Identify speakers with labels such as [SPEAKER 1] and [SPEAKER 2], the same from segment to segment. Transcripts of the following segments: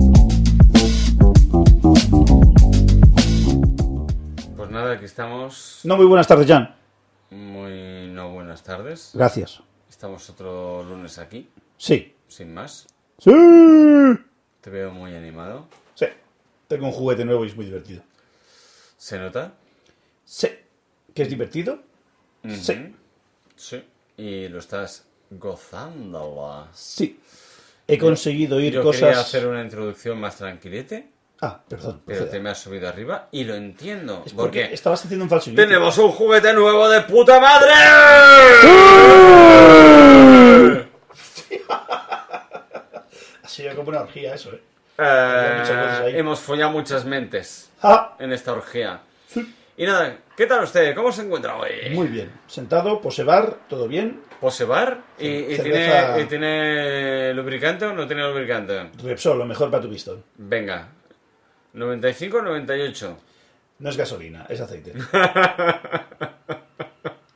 [SPEAKER 1] tarde, Pues aquí estamos.
[SPEAKER 2] No, muy buenas tardes, Jan.
[SPEAKER 1] Muy no buenas tardes.
[SPEAKER 2] Gracias.
[SPEAKER 1] Estamos otro lunes aquí,
[SPEAKER 2] Sí.
[SPEAKER 1] sin más.
[SPEAKER 2] Sí.
[SPEAKER 1] Te veo muy animado.
[SPEAKER 2] Sí. Tengo un juguete nuevo y es muy divertido.
[SPEAKER 1] ¿Se nota?
[SPEAKER 2] Sí. ¿Que es divertido? Sí.
[SPEAKER 1] Ujú. Sí. Y lo estás gozando.
[SPEAKER 2] Sí. He conseguido oír
[SPEAKER 1] Yo
[SPEAKER 2] cosas.
[SPEAKER 1] quería hacer una introducción más tranquilete,
[SPEAKER 2] Ah, perdón.
[SPEAKER 1] pero
[SPEAKER 2] proceda.
[SPEAKER 1] te me has subido arriba y lo entiendo.
[SPEAKER 2] Es porque
[SPEAKER 1] porque
[SPEAKER 2] estabas haciendo un falso.
[SPEAKER 1] tenemos un juguete nuevo de puta
[SPEAKER 2] ¡Ah!
[SPEAKER 1] madre.
[SPEAKER 2] Ha sido como una orgía eso, ¿eh?
[SPEAKER 1] Eh,
[SPEAKER 2] muchas cosas ahí.
[SPEAKER 1] hemos follado muchas mentes
[SPEAKER 2] Ah,
[SPEAKER 1] en esta orgía.
[SPEAKER 2] sí.
[SPEAKER 1] Y nada, ¿qué tal usted? ¿Cómo se encuentra hoy?
[SPEAKER 2] Muy bien. Sentado, posebar, todo bien.
[SPEAKER 1] ¿Posebar? ¿Y, y
[SPEAKER 2] cerveza.
[SPEAKER 1] tiene, y tiene lubricante o no tiene lubricante?
[SPEAKER 2] Repsol, lo mejor para tu pistón.
[SPEAKER 1] Venga. 95 o 98.
[SPEAKER 2] No es gasolina, es aceite.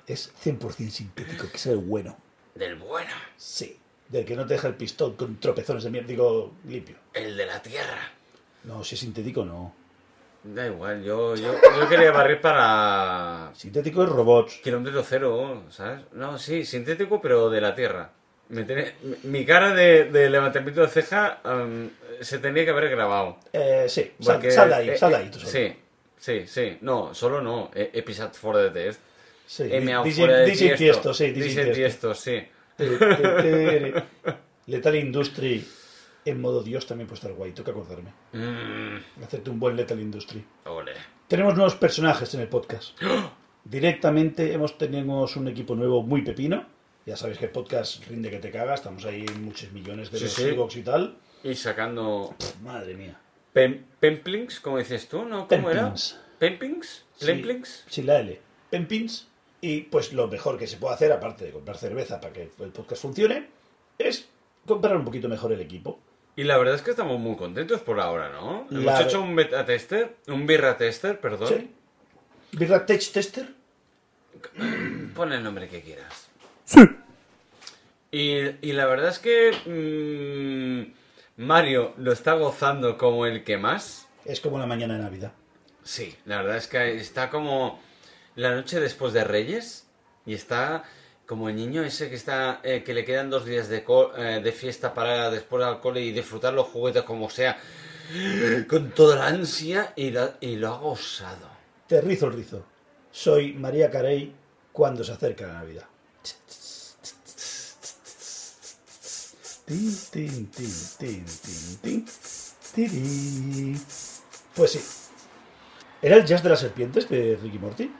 [SPEAKER 2] es 100% sintético, que es el bueno.
[SPEAKER 1] Del bueno.
[SPEAKER 2] Sí. Del que no te deja el pistón con tropezones de mierda, digo, limpio.
[SPEAKER 1] El de la tierra.
[SPEAKER 2] No, si es sintético, no.
[SPEAKER 1] Da igual, yo, yo, yo quería barrer para
[SPEAKER 2] Sintético es robots.
[SPEAKER 1] kilómetro cero, ¿sabes? No, sí, sintético, pero de la tierra. Me tiene- mi- mi cara de, de levantamiento de ceja em, se tenía que haber grabado.
[SPEAKER 2] Eh, sí, sal,
[SPEAKER 1] Porque-
[SPEAKER 2] sal de ahí,
[SPEAKER 1] eh,
[SPEAKER 2] sal de
[SPEAKER 1] eh,
[SPEAKER 2] ahí tú solo.
[SPEAKER 1] Sí, sí, sí. No, solo no. He, he pisado fuera de test.
[SPEAKER 2] Sí,
[SPEAKER 1] He meado
[SPEAKER 2] DJ
[SPEAKER 1] Eh, fuera de
[SPEAKER 2] DJ Tiesto, sí, DJ
[SPEAKER 1] DJ
[SPEAKER 2] Tiesto.
[SPEAKER 1] Tiesto, sí.
[SPEAKER 2] Te- te- te- Lethal Industry en modo Dios también puede estar guay, toca acordarme.
[SPEAKER 1] Mm,
[SPEAKER 2] Hacerte un buen Lethal Industry.
[SPEAKER 1] ole.
[SPEAKER 2] Tenemos nuevos personajes en el podcast.
[SPEAKER 1] ¡Ah!
[SPEAKER 2] Directamente hemos tenemos un equipo nuevo muy pepino. Ya sabéis que el podcast rinde que te caga, estamos ahí en muchos millones de
[SPEAKER 1] Sí,
[SPEAKER 2] los
[SPEAKER 1] sí.
[SPEAKER 2] Evox y tal.
[SPEAKER 1] Y sacando
[SPEAKER 2] Pff, madre mía.
[SPEAKER 1] pem- Pemplings, como dices tú, ¿no? ¿Cómo
[SPEAKER 2] Pemplings.
[SPEAKER 1] era? ¿Pemplings?
[SPEAKER 2] Sí,
[SPEAKER 1] ¿Pemplings?
[SPEAKER 2] Sí, la L. Pempins. Y pues lo mejor que se puede hacer, aparte de comprar cerveza para que el podcast funcione, es comprar un poquito mejor el equipo.
[SPEAKER 1] Y la verdad es que estamos muy contentos por ahora, ¿no?
[SPEAKER 2] La
[SPEAKER 1] Hemos
[SPEAKER 2] ve-
[SPEAKER 1] hecho un beta tester, un birra tester, perdón.
[SPEAKER 2] Sí. ¿Birra Tech Tester?
[SPEAKER 1] Pon el nombre que quieras. Sí. Y, y la verdad es que mm, Mario lo está gozando como el que más.
[SPEAKER 2] Es como la mañana de Navidad.
[SPEAKER 1] Sí, la verdad es que está como la noche después de Reyes y está como el niño ese que está eh, que le quedan dos días de, co- eh, de fiesta para después al cole y disfrutar los juguetes como sea con toda la ansia y, la- y lo ha gozado.
[SPEAKER 2] Te rizo el rizo. Soy María Carey cuando se acerca la Navidad. Tin, tin, tin, tin, tin, tin. Tirí. Pues sí. ¿Era el jazz de las serpientes de Ricky Morty?
[SPEAKER 1] Eh,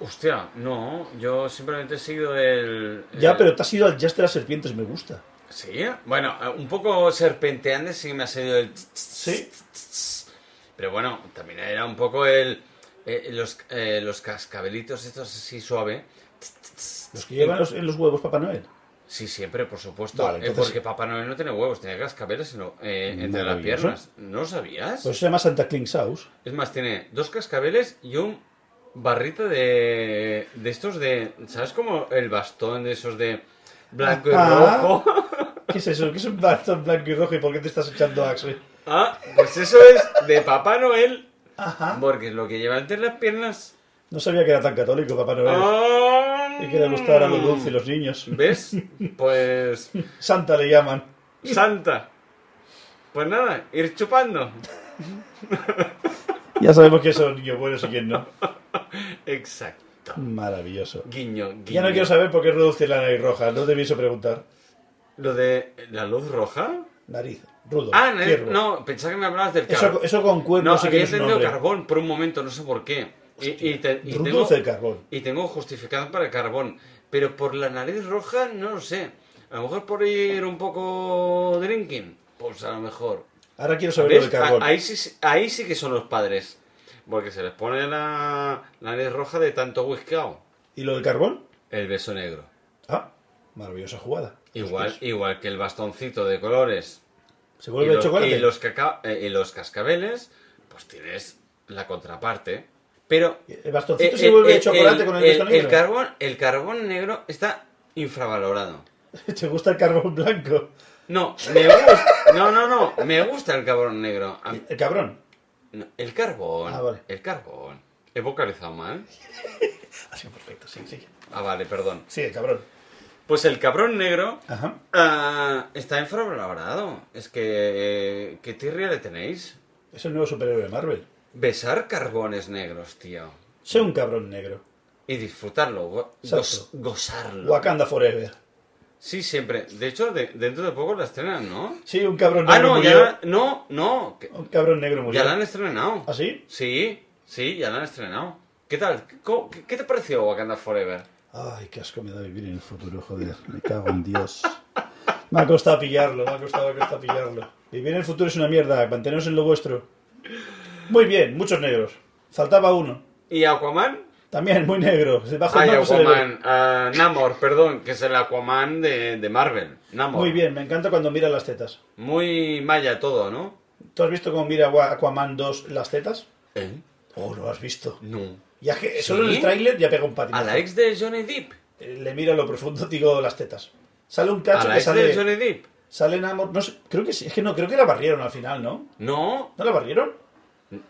[SPEAKER 1] Hostia, no, yo simplemente he seguido el...
[SPEAKER 2] Ya,
[SPEAKER 1] el-
[SPEAKER 2] pero te has ido al jazz de las serpientes, me gusta.
[SPEAKER 1] Sí, bueno, eh, un poco serpenteante sí me ha salido el...
[SPEAKER 2] Sí.
[SPEAKER 1] Pero bueno, también era un poco el... eh, los, eh, los cascabelitos estos así suave.
[SPEAKER 2] Los que llevan los- en los huevos Papá Noel.
[SPEAKER 1] Sí, siempre, por supuesto.
[SPEAKER 2] Vale,
[SPEAKER 1] Eh,
[SPEAKER 2] entonces
[SPEAKER 1] porque
[SPEAKER 2] sí.
[SPEAKER 1] Papá Noel no tiene huevos, tenía cascabeles en lo- eh, entre las
[SPEAKER 2] Maravilloso.
[SPEAKER 1] piernas. ¿No lo sabías?
[SPEAKER 2] Pues se llama Santa Cling Sauce.
[SPEAKER 1] Es más, tiene dos cascabeles y un barrito de, de estos de... ¿Sabes cómo el bastón de esos de blanco y
[SPEAKER 2] Ah.
[SPEAKER 1] rojo?
[SPEAKER 2] ¿Qué es eso? ¿Qué es un bastón blanco y rojo y por qué te estás echando Axe?
[SPEAKER 1] Ah, pues eso es de Papá Noel.
[SPEAKER 2] Ajá.
[SPEAKER 1] Porque es lo que lleva entre las piernas.
[SPEAKER 2] No sabía que era tan católico Papá Noel.
[SPEAKER 1] Ah.
[SPEAKER 2] Y que le gustara lo dulce y los niños.
[SPEAKER 1] ¿Ves? Pues...
[SPEAKER 2] Santa le llaman.
[SPEAKER 1] Santa. Pues nada, ir chupando.
[SPEAKER 2] Ya sabemos que son niños buenos y quién no.
[SPEAKER 1] Exacto.
[SPEAKER 2] Maravilloso.
[SPEAKER 1] Guiño, guiño.
[SPEAKER 2] Ya no quiero saber por qué reduce la nariz roja. No debí eso preguntar.
[SPEAKER 1] ¿Lo de la luz roja?
[SPEAKER 2] Nariz. Rudo.
[SPEAKER 1] Ah, no,
[SPEAKER 2] ciervo.
[SPEAKER 1] no, pensaba que me hablabas del
[SPEAKER 2] Eso,
[SPEAKER 1] carbón.
[SPEAKER 2] eso con cuerno
[SPEAKER 1] no,
[SPEAKER 2] no sé
[SPEAKER 1] había
[SPEAKER 2] qué es un
[SPEAKER 1] entendido
[SPEAKER 2] nombre.
[SPEAKER 1] carbón por un momento, no sé por qué. Y, y te- y tengo,
[SPEAKER 2] Rudo el carbón.
[SPEAKER 1] y tengo justificado para el carbón. Pero por la nariz roja, no lo sé. A lo mejor por ir un poco drinking. Pues a lo mejor.
[SPEAKER 2] Ahora quiero saber lo
[SPEAKER 1] ¿Ves?
[SPEAKER 2] del carbón.
[SPEAKER 1] A- Ahí, sí, ahí sí que son los padres. Porque se les pone la, la nariz roja de tanto whiskao.
[SPEAKER 2] ¿Y lo del carbón?
[SPEAKER 1] El beso negro.
[SPEAKER 2] Ah, maravillosa jugada.
[SPEAKER 1] Igual,
[SPEAKER 2] Hostias.
[SPEAKER 1] igual que el bastoncito de colores
[SPEAKER 2] Se
[SPEAKER 1] y
[SPEAKER 2] vuelve
[SPEAKER 1] los,
[SPEAKER 2] chocolate.
[SPEAKER 1] y los caca- eh, y los cascabeles, pues tienes la contraparte. Pero.
[SPEAKER 2] El bastoncito
[SPEAKER 1] eh,
[SPEAKER 2] se
[SPEAKER 1] eh,
[SPEAKER 2] vuelve
[SPEAKER 1] eh,
[SPEAKER 2] chocolate con el,
[SPEAKER 1] el,
[SPEAKER 2] beso negro.
[SPEAKER 1] el carbón, el carbón negro está infravalorado.
[SPEAKER 2] ¿Te gusta el carbón blanco?
[SPEAKER 1] No, me gusta. No, no, no. Me gusta el carbón negro. A mí-
[SPEAKER 2] El cabrón.
[SPEAKER 1] no, el carbón.
[SPEAKER 2] Ah, vale.
[SPEAKER 1] El carbón. He vocalizado mal.
[SPEAKER 2] Ha sido perfecto, sí, sí.
[SPEAKER 1] Ah, vale, perdón.
[SPEAKER 2] Sí, cabrón.
[SPEAKER 1] Pues el cabrón negro
[SPEAKER 2] Ajá.
[SPEAKER 1] ah, está infravalorado. Es que. eh, ¿Qué tirria le tenéis?
[SPEAKER 2] Es el nuevo superhéroe de Marvel.
[SPEAKER 1] Besar carbones negros, tío.
[SPEAKER 2] Sé un cabrón negro.
[SPEAKER 1] Y disfrutarlo, go-
[SPEAKER 2] Exacto.
[SPEAKER 1] gos- gozarlo.
[SPEAKER 2] Wakanda Forever.
[SPEAKER 1] Sí, siempre. De hecho, de- dentro de poco la estrenan, ¿no?
[SPEAKER 2] Sí, un cabrón
[SPEAKER 1] Ah,
[SPEAKER 2] negro
[SPEAKER 1] no, ya
[SPEAKER 2] murió.
[SPEAKER 1] la- No, no. que-
[SPEAKER 2] Un cabrón negro murió.
[SPEAKER 1] Ya la han estrenado.
[SPEAKER 2] Pues ¿Ah, sí?
[SPEAKER 1] Sí, sí, ya la han estrenado. ¿Qué tal? ¿Cómo- ¿Qué, qué te pareció Wakanda Forever?
[SPEAKER 2] Ay, qué asco me da vivir en el futuro, joder. Me cago en Dios. Me ha costado pillarlo, me ha costado, me ha costado pillarlo. Vivir en el futuro es una mierda. Manteneros en lo vuestro. Muy bien, muchos negros. Faltaba uno.
[SPEAKER 1] ¿Y Aquaman?
[SPEAKER 2] También, muy negro. Bajo el
[SPEAKER 1] Ay,
[SPEAKER 2] marco se le ve.
[SPEAKER 1] Aquaman. ah, Namor, perdón, que es el Aquaman de, de Marvel. Namor.
[SPEAKER 2] Muy bien, me encanta cuando mira las tetas.
[SPEAKER 1] Muy maya todo, ¿no?
[SPEAKER 2] ¿Tú has visto cómo mira Wa- Aquaman 2 las tetas?
[SPEAKER 1] ¿Eh?
[SPEAKER 2] Oh, lo has visto.
[SPEAKER 1] No.
[SPEAKER 2] Ya que
[SPEAKER 1] ¿Sí?
[SPEAKER 2] solo en el tráiler ya pega un
[SPEAKER 1] ¿A
[SPEAKER 2] patinazo.
[SPEAKER 1] la ex de Johnny Depp?
[SPEAKER 2] Eh, Le mira lo profundo, digo, las tetas. Sale un
[SPEAKER 1] ¿A
[SPEAKER 2] cacho
[SPEAKER 1] la
[SPEAKER 2] que
[SPEAKER 1] ex de
[SPEAKER 2] sale...
[SPEAKER 1] Johnny Depp?
[SPEAKER 2] Sale Namor... No sé, creo que sí. Es que no, creo que la barrieron al final, ¿no?
[SPEAKER 1] No,
[SPEAKER 2] ¿No la barrieron?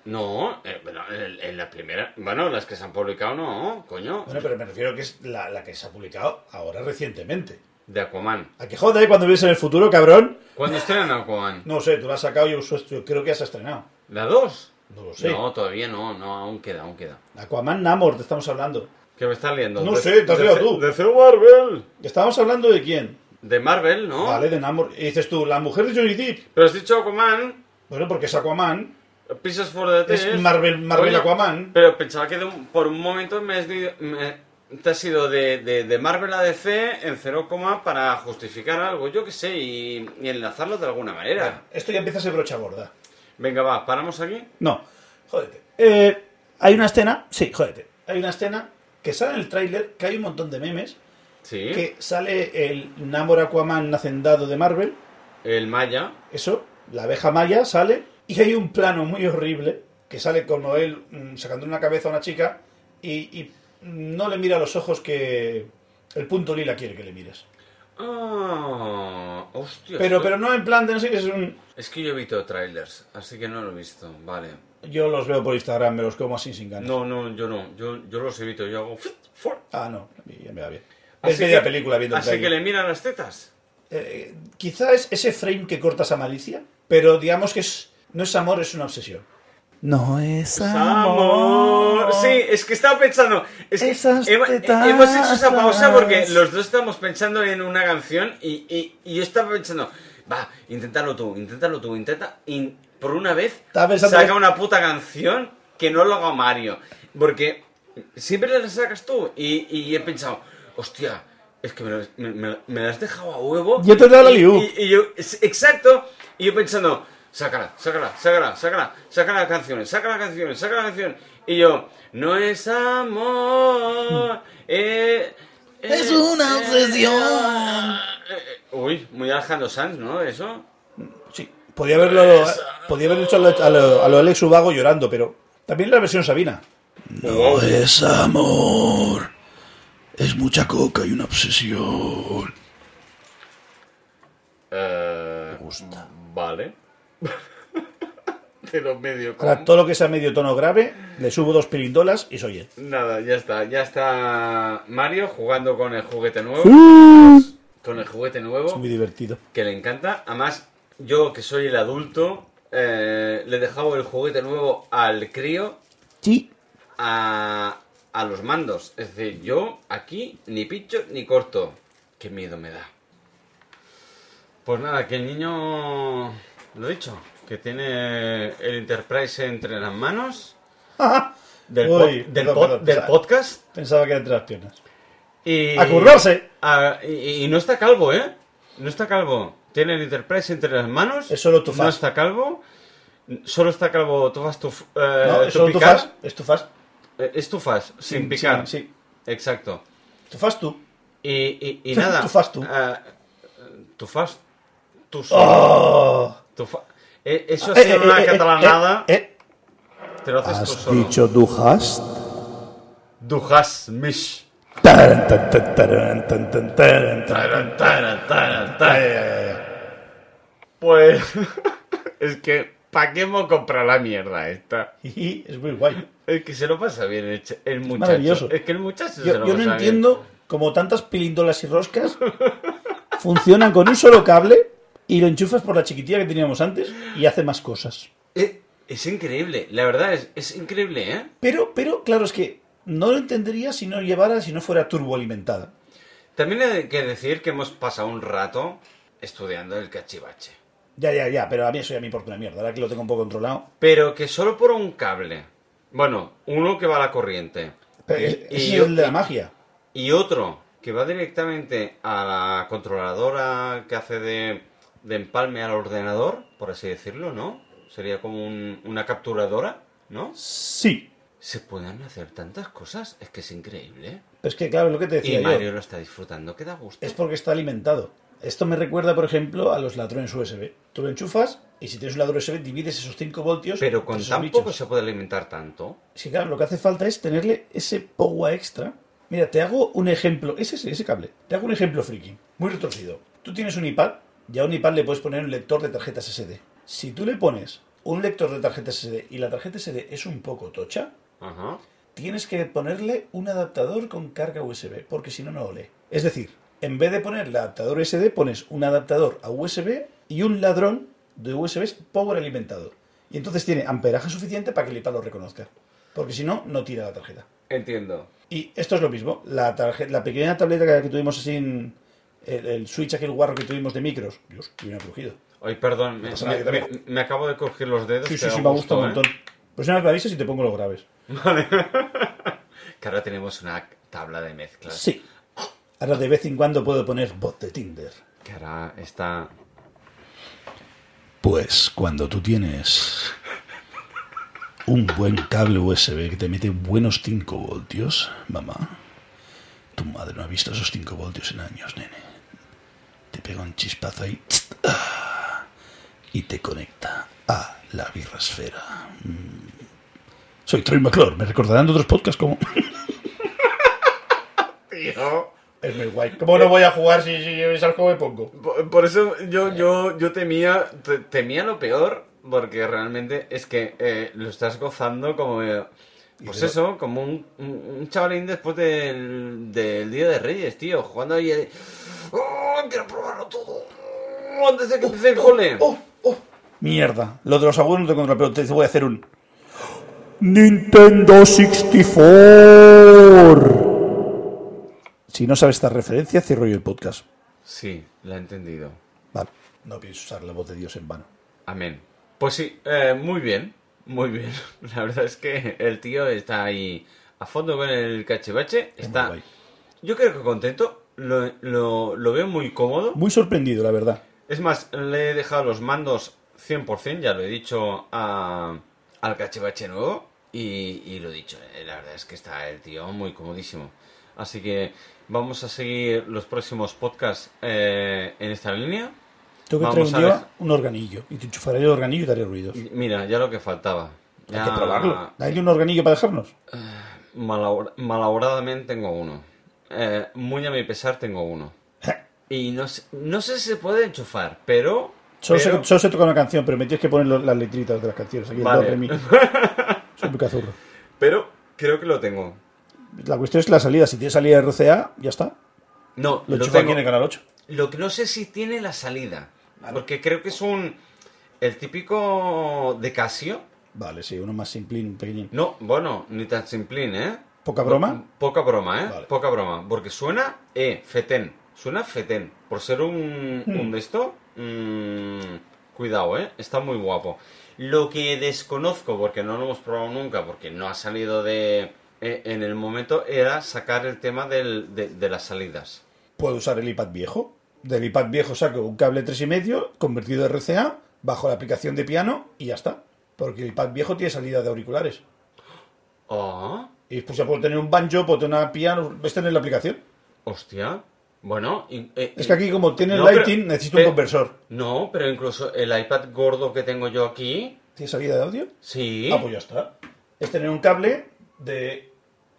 [SPEAKER 1] No, eh, bueno, en, en la primera. Bueno, las que se han publicado no, coño.
[SPEAKER 2] Bueno, pero me refiero que es la, la que se ha publicado ahora recientemente.
[SPEAKER 1] De Aquaman.
[SPEAKER 2] ¿A que jode cuando vives en el futuro, cabrón?
[SPEAKER 1] ¿Cuándo estrenan Aquaman?
[SPEAKER 2] No sé, tú la has sacado y yo uso- yo creo que has estrenado.
[SPEAKER 1] ¿La 2?
[SPEAKER 2] No lo sé.
[SPEAKER 1] No, todavía no, no, aún queda, aún queda.
[SPEAKER 2] Aquaman Namor, te estamos hablando.
[SPEAKER 1] ¿Qué me estás liando?
[SPEAKER 2] No
[SPEAKER 1] De-
[SPEAKER 2] sé, te has
[SPEAKER 1] de-
[SPEAKER 2] liado tú.
[SPEAKER 1] De CEO Marvel.
[SPEAKER 2] Estábamos hablando de quién.
[SPEAKER 1] De Marvel, ¿no?
[SPEAKER 2] Vale, de Namor. Y dices tú, la mujer de Johnny Depp.
[SPEAKER 1] Pero has dicho Aquaman,
[SPEAKER 2] Bueno, porque es Aquaman.
[SPEAKER 1] Pieces for the
[SPEAKER 2] Es
[SPEAKER 1] Test.
[SPEAKER 2] Marvel- Marvel
[SPEAKER 1] Coño,
[SPEAKER 2] Aquaman.
[SPEAKER 1] Pero pensaba que de un- por un momento me has di- me- te has ido de, de- de Marvel a DC en cero coma para justificar algo, yo qué sé, y, y enlazarlo de alguna manera.
[SPEAKER 2] Esto ya empieza a ser brocha gorda.
[SPEAKER 1] Venga, va, paramos aquí.
[SPEAKER 2] No, jódete. Eh, hay una escena, sí, jódete. Hay una escena que sale en el tráiler, que hay un montón de memes,
[SPEAKER 1] Sí.
[SPEAKER 2] que sale el Namor Aquaman hacendado de Marvel,
[SPEAKER 1] El Maya.
[SPEAKER 2] eso, la abeja maya sale, y hay un plano muy horrible que sale como él mm, sacando una cabeza a una chica y, y no le mira a los ojos que el punto lila quiere que le mires.
[SPEAKER 1] Ah, hostia.
[SPEAKER 2] Pero,
[SPEAKER 1] esto-
[SPEAKER 2] pero no en plan de no sé qué es un...
[SPEAKER 1] Es que yo evito trailers, así que no lo he visto. Vale.
[SPEAKER 2] Yo los veo por Instagram, me los como así sin ganas.
[SPEAKER 1] No, no, yo no. Yo, yo los evito. Yo hago. fit, for.
[SPEAKER 2] Ah, no, ya me va bien. es
[SPEAKER 1] Así
[SPEAKER 2] media
[SPEAKER 1] que-
[SPEAKER 2] película viendo el
[SPEAKER 1] Así que
[SPEAKER 2] tráiler.
[SPEAKER 1] le miran las tetas.
[SPEAKER 2] Eh, quizá es ese frame que cortas a malicia, pero digamos que es, no es amor, es una obsesión. No es
[SPEAKER 1] Amor. Sí, es que estaba pensando. Es que
[SPEAKER 2] Esas
[SPEAKER 1] hemo- he-
[SPEAKER 2] tetas.
[SPEAKER 1] hemos hecho esa pausa porque los dos estamos pensando en una canción y, y- y yo estaba pensando. Va, inténtalo tú, inténtalo tú, intenta. in- por una vez,
[SPEAKER 2] Estaba pensando
[SPEAKER 1] saca
[SPEAKER 2] que-
[SPEAKER 1] una puta canción que no lo haga Mario. Porque siempre la sacas tú y, y he pensado, hostia. Es que me, lo- me- me- me la has dejado a huevo.
[SPEAKER 2] Yo te he dado la
[SPEAKER 1] Y-
[SPEAKER 2] liu.
[SPEAKER 1] y- y yo, es- exacto, y yo pensando, sácala, sácala, sácala, sácala, saca las canciones, saca las canciones, saca la canción. Y yo, no es amor, eh,
[SPEAKER 2] Es
[SPEAKER 1] eh,
[SPEAKER 2] una
[SPEAKER 1] eh,
[SPEAKER 2] obsesión.
[SPEAKER 1] eh, uy, muy Alejandro Sanz, ¿no? Eso.
[SPEAKER 2] Sí, podía haberlo,
[SPEAKER 1] Pues,
[SPEAKER 2] podía haber hecho a lo, a lo- a lo Alex Ubago llorando, pero también la versión Sabina.
[SPEAKER 1] Wow.
[SPEAKER 3] es amor. Es mucha coca y una obsesión.
[SPEAKER 1] Eh,
[SPEAKER 3] gusta.
[SPEAKER 1] Vale. Te lo medio
[SPEAKER 2] Ahora
[SPEAKER 1] como.
[SPEAKER 2] todo lo que sea medio tono grave, le subo dos pirindolas y soy él.
[SPEAKER 1] Nada, ya está, ya está Mario jugando con el juguete nuevo. Con el juguete nuevo.
[SPEAKER 2] Es muy divertido.
[SPEAKER 1] que le encanta. Además, yo que soy el adulto, eh, le he dejado el juguete nuevo al crío
[SPEAKER 2] Sí.
[SPEAKER 1] a, a los mandos. Es decir, yo aquí ni pincho ni corto. Qué miedo me da. Pues nada, que el niño, lo he dicho, que tiene el Enterprise entre las manos del, pod-
[SPEAKER 2] Uy,
[SPEAKER 1] del,
[SPEAKER 2] perdón,
[SPEAKER 1] pod-
[SPEAKER 2] perdón,
[SPEAKER 1] del
[SPEAKER 2] pensaba-
[SPEAKER 1] podcast.
[SPEAKER 2] Pensaba que era entre las piernas.
[SPEAKER 1] Y,
[SPEAKER 2] ¡A currarse!
[SPEAKER 1] Ah, y, y no está calvo, ¿eh? No está calvo. Tiene el Enterprise entre las manos.
[SPEAKER 2] Es solo tu
[SPEAKER 1] No
[SPEAKER 2] faz.
[SPEAKER 1] está calvo. Solo está calvo tu faz, tu, f- eh,
[SPEAKER 2] ¿No?
[SPEAKER 1] tu
[SPEAKER 2] ¿Es solo tú
[SPEAKER 1] picar.
[SPEAKER 2] fast? ¿Es tu fast?
[SPEAKER 1] Eh, Es tu faz, sin, picar.
[SPEAKER 2] Sí, sí.
[SPEAKER 1] Exacto.
[SPEAKER 2] ¿Tu fast tú?
[SPEAKER 1] Y, y- y nada.
[SPEAKER 2] Tu faz, tú.
[SPEAKER 1] Ah, eh, tu faz. Tu so-
[SPEAKER 2] ¡Oh!
[SPEAKER 1] tu fa- Eh, eso es
[SPEAKER 2] Eh, eh,
[SPEAKER 1] una
[SPEAKER 2] eh, eh,
[SPEAKER 1] catalanada.
[SPEAKER 2] eh, eh.
[SPEAKER 1] Te lo haces tú
[SPEAKER 3] ¿Has
[SPEAKER 1] solo.
[SPEAKER 3] dicho du hast?
[SPEAKER 1] Dujas mish.
[SPEAKER 3] Taran, tan, tan, taran, tan, tan, taran, tan.
[SPEAKER 1] Taran, taran, taran, taran.
[SPEAKER 2] Eh,
[SPEAKER 1] Pues es que ¿Para qué hemos comprado la mierda esta?
[SPEAKER 2] es muy guay.
[SPEAKER 1] Es que se lo pasa bien el, ch- el muchacho.
[SPEAKER 2] maravilloso.
[SPEAKER 1] Es que el muchacho se
[SPEAKER 2] Yo,
[SPEAKER 1] lo pasa
[SPEAKER 2] yo no
[SPEAKER 1] bien.
[SPEAKER 2] entiendo cómo tantas pilíndolas y roscas funcionan con un solo cable y lo enchufas por la chiquitilla que teníamos antes y hace más cosas.
[SPEAKER 1] Eh, Es, increíble, la verdad, es, es increíble, ¿eh?
[SPEAKER 2] Pero, pero, claro, es que no lo entendería si no llevara, si no fuera turboalimentada.
[SPEAKER 1] También hay que decir que hemos pasado un rato estudiando el cachivache.
[SPEAKER 2] Ya, ya, ya, pero a mí eso ya me importa una mierda. Ahora que lo tengo un poco controlado.
[SPEAKER 1] Pero que solo por un cable. Bueno, uno que va a la corriente.
[SPEAKER 2] Pero
[SPEAKER 1] Y-
[SPEAKER 2] ese
[SPEAKER 1] y
[SPEAKER 2] Eh, es
[SPEAKER 1] yo-
[SPEAKER 2] el de la magia.
[SPEAKER 1] Y otro que va directamente a la controladora que hace de, de empalme al ordenador, por así decirlo, ¿no? Sería como un- una capturadora, ¿no?
[SPEAKER 2] Sí.
[SPEAKER 1] Se pueden hacer tantas cosas, es que es increíble.
[SPEAKER 2] Pero es que, claro, es lo que te
[SPEAKER 1] Y
[SPEAKER 2] decía
[SPEAKER 1] Mario
[SPEAKER 2] yo.
[SPEAKER 1] lo está disfrutando, que da gusto.
[SPEAKER 2] Es porque está alimentado. Esto me recuerda, por ejemplo, a los ladrones USB. Tú lo enchufas y si tienes un ladrón USB divides esos 5 voltios.
[SPEAKER 1] Pero
[SPEAKER 2] entre
[SPEAKER 1] con
[SPEAKER 2] esos
[SPEAKER 1] tan poco
[SPEAKER 2] bichos.
[SPEAKER 1] se puede alimentar tanto.
[SPEAKER 2] Sí, claro, lo que hace falta es tenerle ese power extra. Mira, te hago un ejemplo, ese, ese, ese cable, te hago un ejemplo friki, muy retorcido. Tú tienes un iPad y a un iPad le puedes poner un lector de tarjetas SD. Si tú le pones un lector de tarjetas SD y la tarjeta SD es un poco tocha,
[SPEAKER 1] Ajá.
[SPEAKER 2] tienes que ponerle un adaptador con carga USB, porque si no, no ole. Es decir, en vez de poner el adaptador SD, pones un adaptador a USB y un ladrón de USB power alimentado. Y entonces tiene amperaje suficiente para que el iPad lo reconozca. Porque si no, no tira la tarjeta.
[SPEAKER 1] Entiendo.
[SPEAKER 2] Y esto es lo mismo. La, tarje- la pequeña tableta que tuvimos así en el, el switch, aquel guarro que tuvimos de micros. Dios, que bien cogido.
[SPEAKER 1] Ay, perdón, me,
[SPEAKER 2] pasa nada,
[SPEAKER 1] me-
[SPEAKER 2] yo también.
[SPEAKER 1] me- me acabo de coger los dedos.
[SPEAKER 2] Sí,
[SPEAKER 1] que
[SPEAKER 2] sí,
[SPEAKER 1] da
[SPEAKER 2] sí, me ha gustado un
[SPEAKER 1] gusto, ¿eh?
[SPEAKER 2] montón. Pues una vez me avisas y te pongo los graves.
[SPEAKER 1] ¿eh? Que ahora tenemos una tabla de mezclas.
[SPEAKER 2] Sí. Ahora de vez en cuando puedo poner bot de Tinder.
[SPEAKER 1] Que ahora está...
[SPEAKER 3] Pues cuando tú tienes un buen cable USB que te mete buenos 5 voltios, mamá, tu madre no ha visto esos 5 voltios en años, nene. Te pega un chispazo ahí tst, ah, y te conecta a la birrasfera. Mm. Soy Troy McClure, me recordarán de otros podcasts como...
[SPEAKER 1] Tío,
[SPEAKER 2] Es muy guay. ¿Cómo no voy a jugar si, si es al juego de pongo?
[SPEAKER 1] por, por eso yo, yo, yo temía, te- temía lo peor, porque realmente es que eh, lo estás gozando como... eh, pues
[SPEAKER 2] pero-
[SPEAKER 1] eso, como un, un- un chavalín después del, del Día de Reyes, tío, jugando ahí... ahí. ¡Oh, quiero probarlo todo! oh, Antes de que empiece el cole.
[SPEAKER 2] Oh, Mierda. Lo de los abuelos no te contra, pero te voy a hacer un.
[SPEAKER 4] Nintendo 64.
[SPEAKER 2] Si no sabes esta referencia, cierro yo el podcast.
[SPEAKER 1] Sí, la he entendido.
[SPEAKER 2] Vale. No pienso usar la voz de Dios en vano.
[SPEAKER 1] Amén. Pues sí, eh, muy bien, muy bien. La verdad es que el tío está ahí a fondo con el cachivache.
[SPEAKER 2] Es
[SPEAKER 1] Está,
[SPEAKER 2] muy guay.
[SPEAKER 1] yo creo que contento, lo, lo- lo veo muy cómodo.
[SPEAKER 2] Muy sorprendido, la verdad.
[SPEAKER 1] Es más, le he dejado los mandos 100%, ya lo he dicho a- al cachivache nuevo. Y, y lo dicho, eh, la verdad es que está el tío muy comodísimo. Así que vamos a seguir los próximos podcasts eh, en esta línea.
[SPEAKER 2] Tengo que traer
[SPEAKER 1] Vamos
[SPEAKER 2] un
[SPEAKER 1] a
[SPEAKER 2] día
[SPEAKER 1] ver.
[SPEAKER 2] un organillo. Y te enchufaré el organillo y te haré ruidos.
[SPEAKER 1] Mira, ya lo que faltaba. Ya,
[SPEAKER 2] Hay que probarlo. ¿Hay un organillo para dejarnos?
[SPEAKER 1] Malabor- Malabradamente tengo uno. Eh, muy a mi pesar tengo uno. Y no sé, no sé si se puede enchufar, pero...
[SPEAKER 2] Solo,
[SPEAKER 1] pero-
[SPEAKER 2] se, solo se toca una canción, pero me tienes que poner lo- las letritas de las canciones. Aquí el
[SPEAKER 1] Vale.
[SPEAKER 2] do, re, mi. Soy muy cazurro.
[SPEAKER 1] pero creo que lo tengo.
[SPEAKER 2] La cuestión es la salida. Si tiene salida RCA, ya está.
[SPEAKER 1] No, lo,
[SPEAKER 2] Lo, enchufo aquí
[SPEAKER 1] tengo.
[SPEAKER 2] en el canal 8.
[SPEAKER 1] Lo que no sé si tiene la salida. Porque creo que es un... El típico de Casio.
[SPEAKER 2] Vale, sí, uno más simplín, pequeñín.
[SPEAKER 1] No, bueno, ni tan simplín, ¿eh?
[SPEAKER 2] Poca broma.
[SPEAKER 1] Poca broma, ¿eh?
[SPEAKER 2] Vale.
[SPEAKER 1] Poca broma. Porque suena, eh, fetén. Suena fetén. Por ser un,
[SPEAKER 2] Hmm.
[SPEAKER 1] un de esto, mm, cuidado, ¿eh? Está muy guapo. Lo que desconozco, porque no lo hemos probado nunca, porque no ha salido de... eh, en el momento era sacar el tema del- de, de las salidas.
[SPEAKER 2] Puedo usar el iPad viejo. Del iPad viejo saco un cable 3,5 convertido a RCA, bajo la aplicación de piano y ya está. Porque el iPad viejo tiene salida de auriculares.
[SPEAKER 1] Oh,
[SPEAKER 2] Y pues ya puedo tener un banjo, puedo tener una piano. Ves tener la aplicación.
[SPEAKER 1] hostia. Bueno, y- eh,
[SPEAKER 2] Es que aquí, como tiene
[SPEAKER 1] No, pero-
[SPEAKER 2] lighting, necesito un
[SPEAKER 1] pero-
[SPEAKER 2] conversor.
[SPEAKER 1] No, pero incluso el iPad gordo que tengo yo aquí...
[SPEAKER 2] ¿Tiene salida de audio?
[SPEAKER 1] Sí.
[SPEAKER 2] Ah, pues ya está. Es tener un cable de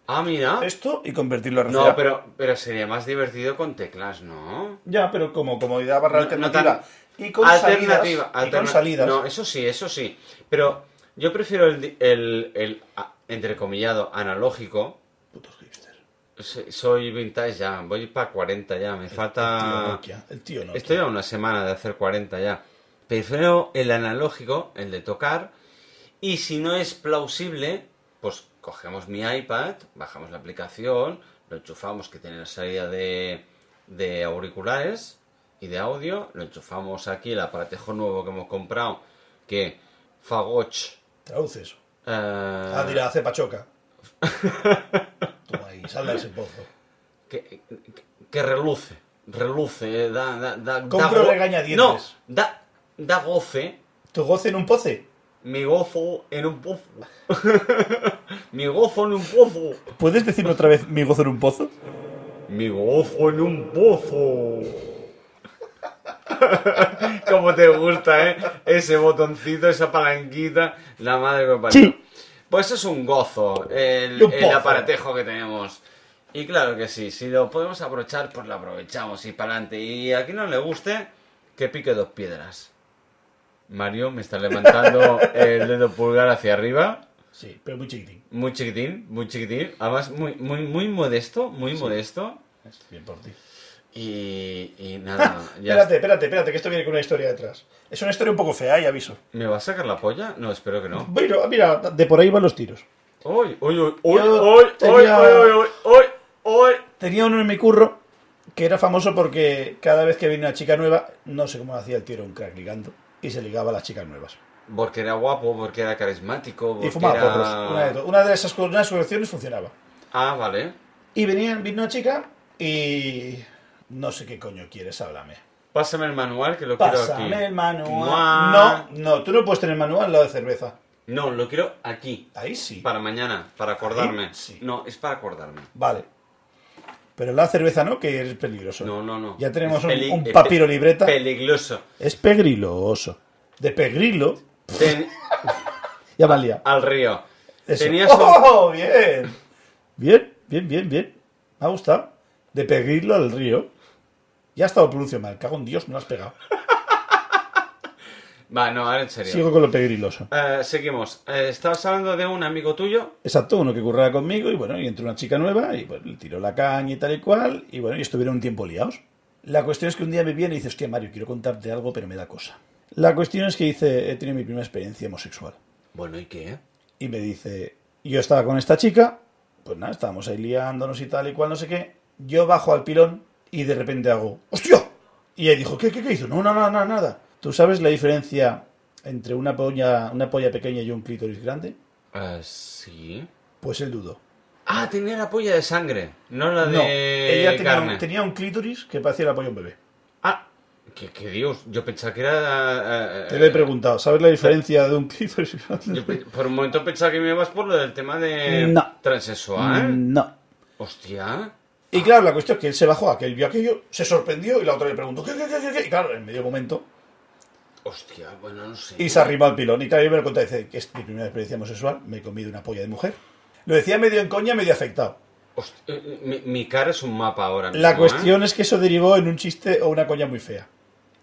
[SPEAKER 1] Ah, mira.
[SPEAKER 2] esto y convertirlo a RCA.
[SPEAKER 1] No, pero, pero sería más divertido con teclas, ¿no?
[SPEAKER 2] Ya, pero como comodidad barra
[SPEAKER 1] No- no tan-
[SPEAKER 2] alternativa. Y con
[SPEAKER 1] alternativa.
[SPEAKER 2] salidas. y con
[SPEAKER 1] alterna-
[SPEAKER 2] salidas.
[SPEAKER 1] No, eso sí, eso sí. Pero yo prefiero el, di- el, el, a- entrecomillado analógico.
[SPEAKER 3] Putos hipster.
[SPEAKER 1] So- Soy vintage ya, voy para 40 ya, me
[SPEAKER 3] El tío
[SPEAKER 1] falta...
[SPEAKER 3] Nokia. El tío Nokia.
[SPEAKER 1] Estoy a una semana de hacer 40 ya. Prefiero el analógico, el de tocar. Y si no es plausible, pues cogemos mi iPad, bajamos la aplicación, lo enchufamos que tiene la salida de, de auriculares y de audio, lo enchufamos aquí el aparatejo nuevo que hemos comprado, que Fagoch...
[SPEAKER 2] Traduces.
[SPEAKER 1] eh,
[SPEAKER 2] Ah, dirá, hace pachoca. Toma ahí, sal de ese pozo.
[SPEAKER 1] que, que- que reluce, reluce, eh, da, da, da, da
[SPEAKER 2] Compro
[SPEAKER 1] go-
[SPEAKER 2] regañadientes.
[SPEAKER 1] No, da, da goce,
[SPEAKER 2] ¿Tu goce en un poce?
[SPEAKER 1] mi gozo en un pozo. mi gozo en un pozo.
[SPEAKER 2] ¿Puedes decirme otra vez mi gozo en un pozo?
[SPEAKER 1] Mi gozo en un pozo. Como te gusta, ¿eh? Ese botoncito, esa palanquita, la madre que me parió.
[SPEAKER 2] Sí.
[SPEAKER 1] Pues es un gozo el,
[SPEAKER 2] Y un
[SPEAKER 1] el
[SPEAKER 2] pozo.
[SPEAKER 1] aparatejo que tenemos. Y claro que sí, si lo podemos aprovechar, pues lo aprovechamos y para adelante. Y a quien no le guste, que pique dos piedras. Mario me está levantando el dedo pulgar hacia arriba.
[SPEAKER 2] Sí, pero muy chiquitín.
[SPEAKER 1] Muy chiquitín, muy chiquitín. Además, muy, muy, muy modesto, muy modesto.
[SPEAKER 2] Bien por ti.
[SPEAKER 1] Y, y nada, ya
[SPEAKER 2] Espérate, espérate, espérate, que esto viene con una historia detrás. Es una historia un poco fea, y aviso.
[SPEAKER 1] ¿Me va a sacar la polla? No, espero que no.
[SPEAKER 2] Bueno, mira, de por ahí van los tiros.
[SPEAKER 1] ¡Uy, uy, uy, uy,
[SPEAKER 2] Yo
[SPEAKER 1] uy, uy,
[SPEAKER 2] tenía-
[SPEAKER 1] uy, uy, uy, uy!
[SPEAKER 2] Tenía uno en mi curro que era famoso porque cada vez que venía una chica nueva, no sé cómo lo hacía el tío, era un crack ligando, y se ligaba a las chicas nuevas.
[SPEAKER 1] Porque era guapo, porque era carismático, porque
[SPEAKER 2] Y fumaba
[SPEAKER 1] era...
[SPEAKER 2] porros. Una de, to- una de esas co- una de sus opciones funcionaba.
[SPEAKER 1] Ah, vale.
[SPEAKER 2] Y venía, vino una chica y. No sé qué coño quieres, háblame.
[SPEAKER 1] Pásame el manual que lo quiero aquí.
[SPEAKER 2] Pásame el manual.
[SPEAKER 1] Mua.
[SPEAKER 2] No, no, tú no puedes tener manual al lado de cerveza.
[SPEAKER 1] No, lo quiero aquí.
[SPEAKER 2] Ahí sí.
[SPEAKER 1] Para mañana, para acordarme.
[SPEAKER 2] Ahí, sí.
[SPEAKER 1] No, es para acordarme.
[SPEAKER 2] Vale. Pero la cerveza no, que es peligroso.
[SPEAKER 1] No, no, no.
[SPEAKER 2] Ya tenemos
[SPEAKER 1] Es
[SPEAKER 2] un,
[SPEAKER 1] peli-
[SPEAKER 2] un
[SPEAKER 1] es pe-
[SPEAKER 2] papiro libreta.
[SPEAKER 1] Peligroso.
[SPEAKER 2] Es pegriloso. De pegrilo,
[SPEAKER 1] Ten-
[SPEAKER 2] ya valía.
[SPEAKER 1] Al río.
[SPEAKER 2] Eso.
[SPEAKER 1] Tenías un-
[SPEAKER 2] ¡Oh, bien! Bien, bien, bien, bien. Me ha gustado. De pegrilo al río. Ya ha estado pronuncio mal. Cago en Dios, no lo has pegado.
[SPEAKER 1] Va, no, ahora en serio.
[SPEAKER 2] Sigo con lo pegriloso.
[SPEAKER 1] Eh, seguimos. Eh, estabas hablando de un amigo tuyo.
[SPEAKER 2] Exacto, uno que curraba conmigo y bueno, y entró una chica nueva y bueno, le tiró la caña y tal y cual y bueno, y estuvieron un tiempo liados. La cuestión es que un día me viene y dice, hostia Mario, quiero contarte algo pero me da cosa. La cuestión es que dice, he tenido mi primera experiencia homosexual.
[SPEAKER 1] Bueno, ¿y qué?
[SPEAKER 2] Y me dice, yo estaba con esta chica, pues nada, estábamos ahí liándonos y tal y cual, no sé qué. Yo bajo al pilón y de repente hago, ¡hostia! Y él dijo, ¿qué, qué, qué hizo? No, no, no, no, nada. ¿Tú sabes la diferencia entre una polla, una polla pequeña y un clítoris grande?
[SPEAKER 1] Eh, sí.
[SPEAKER 2] Pues él dudó.
[SPEAKER 1] Ah, tenía la polla de sangre, no la de
[SPEAKER 2] No, ella tenía
[SPEAKER 1] carne.
[SPEAKER 2] un, tenía un clítoris que parecía el apoyo a un bebé.
[SPEAKER 1] Ah, que, que Dios, yo pensaba que era... eh,
[SPEAKER 2] Te lo he preguntado, ¿sabes la diferencia de un clítoris? y otro?
[SPEAKER 1] yo pe- por un momento pensaba que me ibas por lo del tema de
[SPEAKER 2] No. Mm.
[SPEAKER 1] transexual.
[SPEAKER 2] no.
[SPEAKER 1] Hostia.
[SPEAKER 2] Y claro, la cuestión es que él se bajó, aquel vio aquello, se sorprendió y la otra le preguntó, ¿qué, qué, qué, qué, qué? Y claro, en medio momento,
[SPEAKER 1] Hostia, bueno, no sé.
[SPEAKER 2] y se arrimó al pilón. Y claro, yo me lo conté, dice, que es mi primera experiencia homosexual, me he comido una polla de mujer. Lo decía medio en coña, medio afectado.
[SPEAKER 1] Hostia, eh, mi, mi cara es un mapa ahora. mismo,
[SPEAKER 2] La
[SPEAKER 1] ¿eh?
[SPEAKER 2] cuestión es que eso derivó en un chiste o una coña muy fea.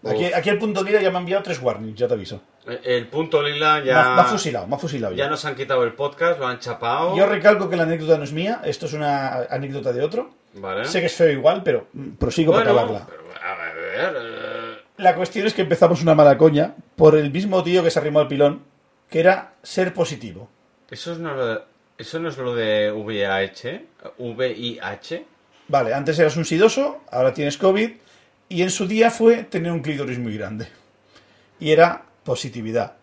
[SPEAKER 2] Aquí,
[SPEAKER 1] Uf.
[SPEAKER 2] aquí el punto lira ya me ha enviado tres warnings, ya te aviso.
[SPEAKER 1] Eh, El punto lila
[SPEAKER 2] Me ha-
[SPEAKER 1] ya...
[SPEAKER 2] Me, ha, fusilado, me ha fusilado ya.
[SPEAKER 1] ya nos han quitado el podcast, lo han chapado.
[SPEAKER 2] Yo recalco que la anécdota no es mía, esto es una anécdota de otro.
[SPEAKER 1] Vale.
[SPEAKER 2] Sé que es feo igual, pero mm, prosigo para
[SPEAKER 1] bueno,
[SPEAKER 2] acabarla.
[SPEAKER 1] pero, a ver... eh,
[SPEAKER 2] La cuestión es que empezamos una mala coña por el mismo tío que se arrimó al pilón, que era ser positivo.
[SPEAKER 1] Eso, es no lo- eso no es lo de VIH. VIH.
[SPEAKER 2] Vale, antes eras un sidoso, ahora tienes COVID, y en su día fue tener un clítoris muy grande. Y era positividad.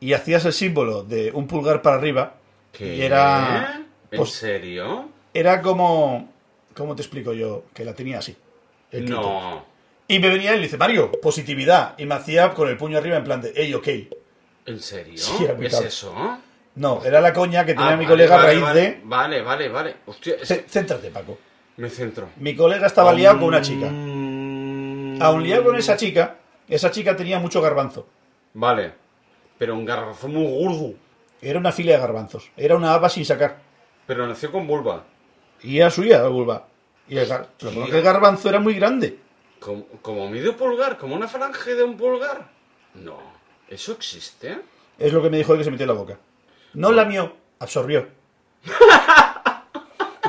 [SPEAKER 2] Y hacías el símbolo de un pulgar para arriba,
[SPEAKER 1] ¿Qué?
[SPEAKER 2] y era...
[SPEAKER 1] ¿En
[SPEAKER 2] pues,
[SPEAKER 1] serio?
[SPEAKER 2] era como... ¿Cómo te explico yo? Que la tenía así. el clítoris.
[SPEAKER 1] No.
[SPEAKER 2] Y me venía él y dice, Mario, positividad. Y me hacía con el puño arriba en plan de, hey, ok.
[SPEAKER 1] ¿En serio?
[SPEAKER 2] Sí, era muy
[SPEAKER 1] ¿Es
[SPEAKER 2] cabrón.
[SPEAKER 1] eso? Ah,
[SPEAKER 2] No, era la coña que tenía mi
[SPEAKER 1] vale,
[SPEAKER 2] colega
[SPEAKER 1] vale,
[SPEAKER 2] a raíz
[SPEAKER 1] vale,
[SPEAKER 2] de...
[SPEAKER 1] Vale, vale, vale. Hostia, es-
[SPEAKER 2] Cé- Céntrate, Paco.
[SPEAKER 1] me centro. Mm,
[SPEAKER 2] Mi colega estaba liado con una chica. Aun
[SPEAKER 1] Aún
[SPEAKER 2] liado con esa chica, esa chica tenía mucho garbanzo.
[SPEAKER 1] Vale. Pero un garrafón muy gordo.
[SPEAKER 2] Era una fila de garbanzos. Era una haba sin sacar.
[SPEAKER 1] Pero nació con vulva.
[SPEAKER 2] Y era suya la vulva. Y el, gar- lo que pasa es que el garbanzo era muy grande.
[SPEAKER 1] ¿Como, como medio pulgar? ¿Como una falange de un pulgar? No. ¿Eso existe?
[SPEAKER 2] Es lo que me dijo hoy que se metió en la boca. No lamió, absorbió.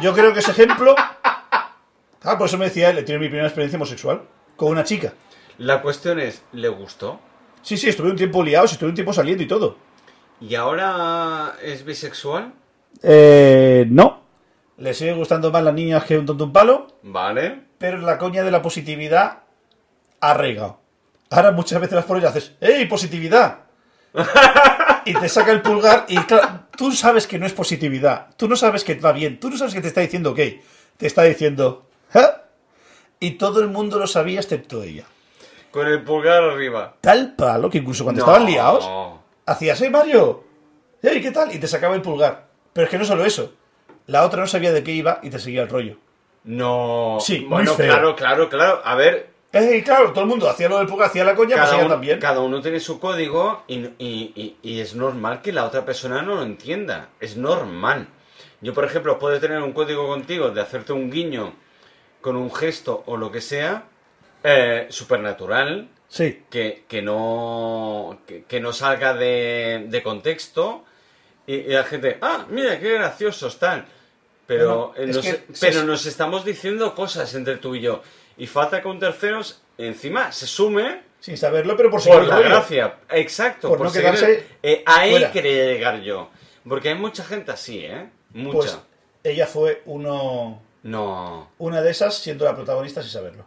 [SPEAKER 2] Yo creo que ese ejemplo. Ah, por eso me decía él, he tenido mi primera experiencia homosexual con una chica.
[SPEAKER 1] La cuestión es, ¿le gustó?
[SPEAKER 2] Sí, sí, estuve un tiempo liado, estuve un tiempo saliendo y todo.
[SPEAKER 1] ¿Y ahora es bisexual?
[SPEAKER 2] Eh, no. Le sigue gustando más las niñas que un tonto un palo,
[SPEAKER 1] Vale.
[SPEAKER 2] pero la coña de la positividad ha arraigado. Ahora muchas veces las pones y haces, ¡Ey, positividad! y te saca el pulgar y claro, tú sabes que no es positividad, tú no sabes que va bien, tú no sabes que te está diciendo ok, te está diciendo "¿Ah?". y todo el mundo lo sabía excepto ella.
[SPEAKER 1] Con el pulgar arriba.
[SPEAKER 2] Tal palo que incluso cuando
[SPEAKER 1] No.
[SPEAKER 2] estaban liados, hacías, ¡eh, Mario! ¡Ey, qué tal! Y te sacaba el pulgar. Pero es que no solo eso. La otra no sabía de qué iba y te seguía el rollo.
[SPEAKER 1] No.
[SPEAKER 2] Sí, muy
[SPEAKER 1] bueno,
[SPEAKER 2] feo.
[SPEAKER 1] claro, claro, claro. A ver,
[SPEAKER 2] ¡Ey, claro! Todo el mundo hacía lo del pulgar, hacía la coña, pues
[SPEAKER 1] cada
[SPEAKER 2] ella
[SPEAKER 1] uno,
[SPEAKER 2] también.
[SPEAKER 1] cada uno tiene su código y, y- y- y es normal que la otra persona no lo entienda. Es normal. Yo, por ejemplo, puedo tener un código contigo de hacerte un guiño con un gesto o lo que sea, eh, supernatural,
[SPEAKER 2] Sí.
[SPEAKER 1] que, que no, que, que no salga de, de contexto y, y la gente, ah, mira, qué graciosos están. Pero,
[SPEAKER 2] No, no,
[SPEAKER 1] eh,
[SPEAKER 2] es
[SPEAKER 1] nos,
[SPEAKER 2] que se-
[SPEAKER 1] pero nos estamos diciendo cosas entre tú y yo. Y falta que un tercero s- encima se sume
[SPEAKER 2] Sin saberlo, pero por seguir
[SPEAKER 1] por
[SPEAKER 2] el
[SPEAKER 1] la
[SPEAKER 2] rollo.
[SPEAKER 1] gracia. Exacto.
[SPEAKER 2] Por no
[SPEAKER 1] seguir
[SPEAKER 2] quedarse
[SPEAKER 1] el- eh, ahí
[SPEAKER 2] fuera.
[SPEAKER 1] quería llegar yo. Porque hay mucha gente así, ¿eh? Mucha.
[SPEAKER 2] Pues ella fue uno,
[SPEAKER 1] No,
[SPEAKER 2] una de esas siendo la protagonista sin saberlo.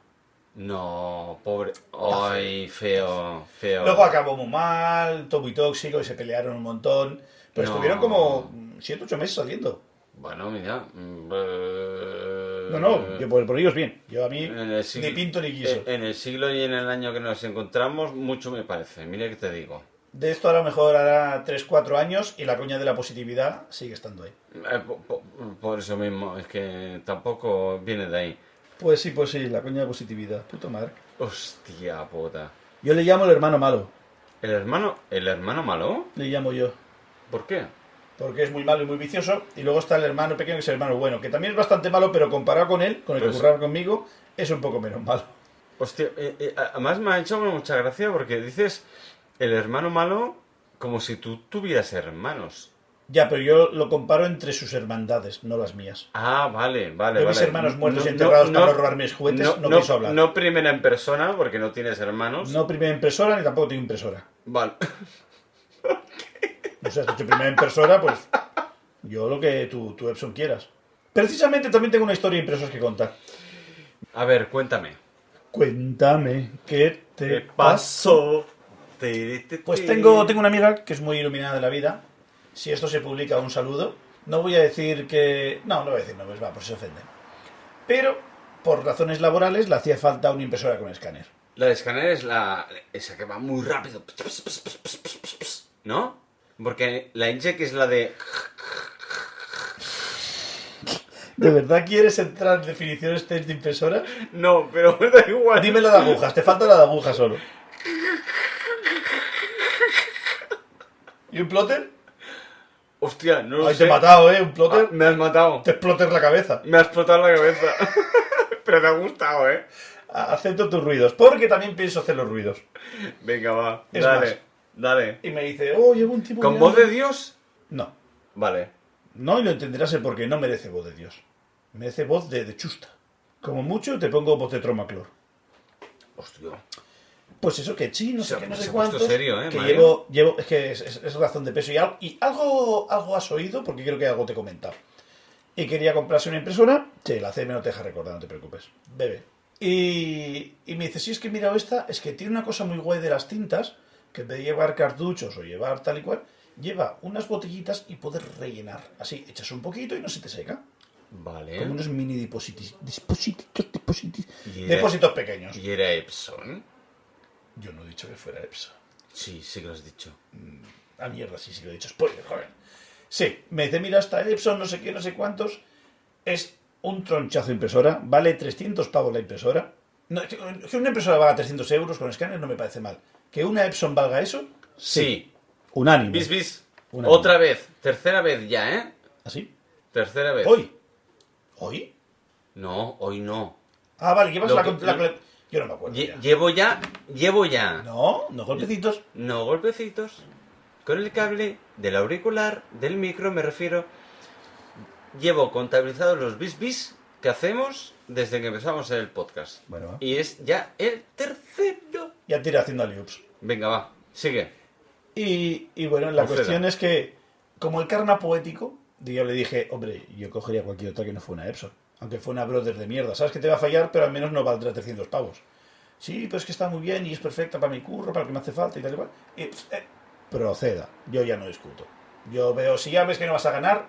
[SPEAKER 1] no, pobre. Ay, feo, feo.
[SPEAKER 2] Luego acabó muy mal, todo muy tóxico y se pelearon un montón. Pero
[SPEAKER 1] No.
[SPEAKER 2] estuvieron como 7 8 meses saliendo.
[SPEAKER 1] Bueno, mira. mm, eh,
[SPEAKER 2] No, no, yo por, por ellos bien. Yo a mí
[SPEAKER 1] En el siglo-
[SPEAKER 2] ni pinto ni quiso.
[SPEAKER 1] En el siglo y en el año que nos encontramos, mucho me parece. Mira que te digo.
[SPEAKER 2] De esto a lo mejor hará 3-4 años y la coña de la positividad sigue estando ahí.
[SPEAKER 1] Eh, po- po- Por, eso mismo, es que tampoco viene de ahí.
[SPEAKER 2] Pues sí, pues sí, la coña de positividad. Puta madre.
[SPEAKER 1] Hostia puta.
[SPEAKER 2] Yo le llamo el hermano malo.
[SPEAKER 1] ¿El hermano, el hermano malo?
[SPEAKER 2] Le llamo yo.
[SPEAKER 1] ¿Por qué?
[SPEAKER 2] Porque es muy malo y muy vicioso. Y luego está el hermano pequeño, que es el hermano bueno, que también es bastante malo, pero comparado con él, con el que
[SPEAKER 1] Pues-
[SPEAKER 2] curraba conmigo, es un poco menos malo.
[SPEAKER 1] Hostia, eh, eh, a- además me ha hecho mucha gracia porque dices el hermano malo como si tú tuvieras hermanos.
[SPEAKER 2] Ya, pero yo lo comparo entre sus hermandades, no las mías.
[SPEAKER 1] Ah, vale, vale,
[SPEAKER 2] Yo
[SPEAKER 1] vale.
[SPEAKER 2] mis hermanos muertos
[SPEAKER 1] No-
[SPEAKER 2] y enterrados
[SPEAKER 1] no-
[SPEAKER 2] para
[SPEAKER 1] no-
[SPEAKER 2] robar mis juguetes,
[SPEAKER 1] no,
[SPEAKER 2] no, pienso hablar. No,
[SPEAKER 1] no primera en persona porque no tienes hermanos.
[SPEAKER 2] primera impresora ni tampoco tengo impresora.
[SPEAKER 1] Vale.
[SPEAKER 2] O sea, si has dicho primera impresora, pues yo lo que tú, tú Epson quieras. Precisamente también tengo una historia de impresoras que contar.
[SPEAKER 1] A ver, cuéntame.
[SPEAKER 2] Cuéntame, ¿qué te pasa?
[SPEAKER 1] Te- te-
[SPEAKER 2] Pues
[SPEAKER 1] te-
[SPEAKER 2] tengo, tengo una amiga que es muy iluminada de la vida. Si esto se publica, un saludo. No voy a decir que... No, no voy a decir nombres, va, por si se ofende. Pero, por razones laborales, le hacía falta una impresora con escáner.
[SPEAKER 1] La de escáner es la... Esa que va muy rápido. ¿No? Porque la Inject es la de...
[SPEAKER 2] ¿De verdad quieres entrar en definiciones test de impresora?
[SPEAKER 1] No, pero me da igual.
[SPEAKER 2] Dime la de agujas, te falta la de agujas solo. ¿Y un plotter?
[SPEAKER 1] Hostia, no lo
[SPEAKER 2] Ahí
[SPEAKER 1] sé.
[SPEAKER 2] te he matado, ¿eh? Un
[SPEAKER 1] Ah,
[SPEAKER 2] plotter.
[SPEAKER 1] me has matado.
[SPEAKER 2] Te explotes la cabeza.
[SPEAKER 1] Me has explotado la cabeza. pero te ha gustado, ¿eh?
[SPEAKER 2] A- Acepto tus ruidos, porque también pienso hacer los ruidos.
[SPEAKER 1] Venga, va.
[SPEAKER 2] Es
[SPEAKER 1] dale,
[SPEAKER 2] más.
[SPEAKER 1] dale.
[SPEAKER 2] Y me dice, oh, llevo un tipo...
[SPEAKER 1] ¿Con
[SPEAKER 2] mirando".
[SPEAKER 1] voz de Dios?
[SPEAKER 2] No,
[SPEAKER 1] Vale.
[SPEAKER 2] no, y lo entenderás el porque no merece voz de Dios. Merece voz de, de chusta. Como mucho te pongo voz de tromaclor.
[SPEAKER 1] Hostia.
[SPEAKER 2] Pues eso, que sí, no sé
[SPEAKER 1] Se-
[SPEAKER 2] qué, no
[SPEAKER 1] se
[SPEAKER 2] sé
[SPEAKER 1] ha puesto
[SPEAKER 2] cuántos.
[SPEAKER 1] serio, ¿eh,
[SPEAKER 2] que
[SPEAKER 1] Mario?
[SPEAKER 2] llevo, llevo, es que es, es- es razón de peso y algo, y algo, algo has oído, porque creo que algo te he comentado. Y quería comprarse una impresora, sí, la CM no te deja recordar, no te preocupes. Bebe. Y, y me dice, sí, es que he mirado esta, es que tiene una cosa muy guay de las tintas, que en vez de llevar cartuchos o llevar tal y cual, lleva unas botellitas y puedes rellenar. Así, echas un poquito y no se te seca.
[SPEAKER 1] Vale.
[SPEAKER 2] Como unos mini depósitos, depósitos, depósitos,
[SPEAKER 1] Y era-
[SPEAKER 2] depósitos pequeños.
[SPEAKER 1] ¿Y era Epson?
[SPEAKER 2] Yo no he dicho que fuera EPSA.
[SPEAKER 1] Sí, sí que lo has dicho.
[SPEAKER 2] A mierda, sí, sí, lo he dicho. Spoiler, joven. Sí, me dice, mira, esta Epson, no sé qué, no sé cuántos. Es un tronchazo de impresora. Vale 300 pavos la impresora. No, que que una impresora valga 300 euros con escáner no me parece mal. Que una Epson valga eso,
[SPEAKER 1] Sí.
[SPEAKER 2] unánime.
[SPEAKER 1] Bis, bis.
[SPEAKER 2] Una
[SPEAKER 1] Otra vez. Tercera vez ya, ¿eh?
[SPEAKER 2] ¿Así?
[SPEAKER 1] Tercera vez.
[SPEAKER 2] ¿Ah, ¿Hoy? ¿Hoy?
[SPEAKER 1] No, hoy no.
[SPEAKER 2] Ah, vale, llevas
[SPEAKER 1] Lo
[SPEAKER 2] la,
[SPEAKER 1] que-
[SPEAKER 2] con- la-
[SPEAKER 1] lo-
[SPEAKER 2] Yo no me acuerdo.
[SPEAKER 1] Lle-
[SPEAKER 2] ya.
[SPEAKER 1] Llevo ya, llevo ya.
[SPEAKER 2] No, no golpecitos.
[SPEAKER 1] No golpecitos. Con el cable del auricular, del micro, me refiero. Llevo contabilizados los bis bis que hacemos desde que empezamos el podcast.
[SPEAKER 2] Bueno, va.
[SPEAKER 1] Y es ya el tercero.
[SPEAKER 2] ya te iré haciendo aliups.
[SPEAKER 1] Venga, va, sigue.
[SPEAKER 2] Y, y bueno, la
[SPEAKER 1] Proceda.
[SPEAKER 2] cuestión es que, como el carna poético, yo le dije, hombre, yo cogería cualquier otra que no fuera una Epson. Aunque fue una Brothers de mierda. Sabes que te va a fallar, pero al menos no valdrá 300 pavos. Sí, pero es que está muy bien y es perfecta para mi curro, para lo que me hace falta y tal y cual. Y, pss, eh, proceda. Yo ya no discuto. Yo veo, si ya ves que no vas a ganar,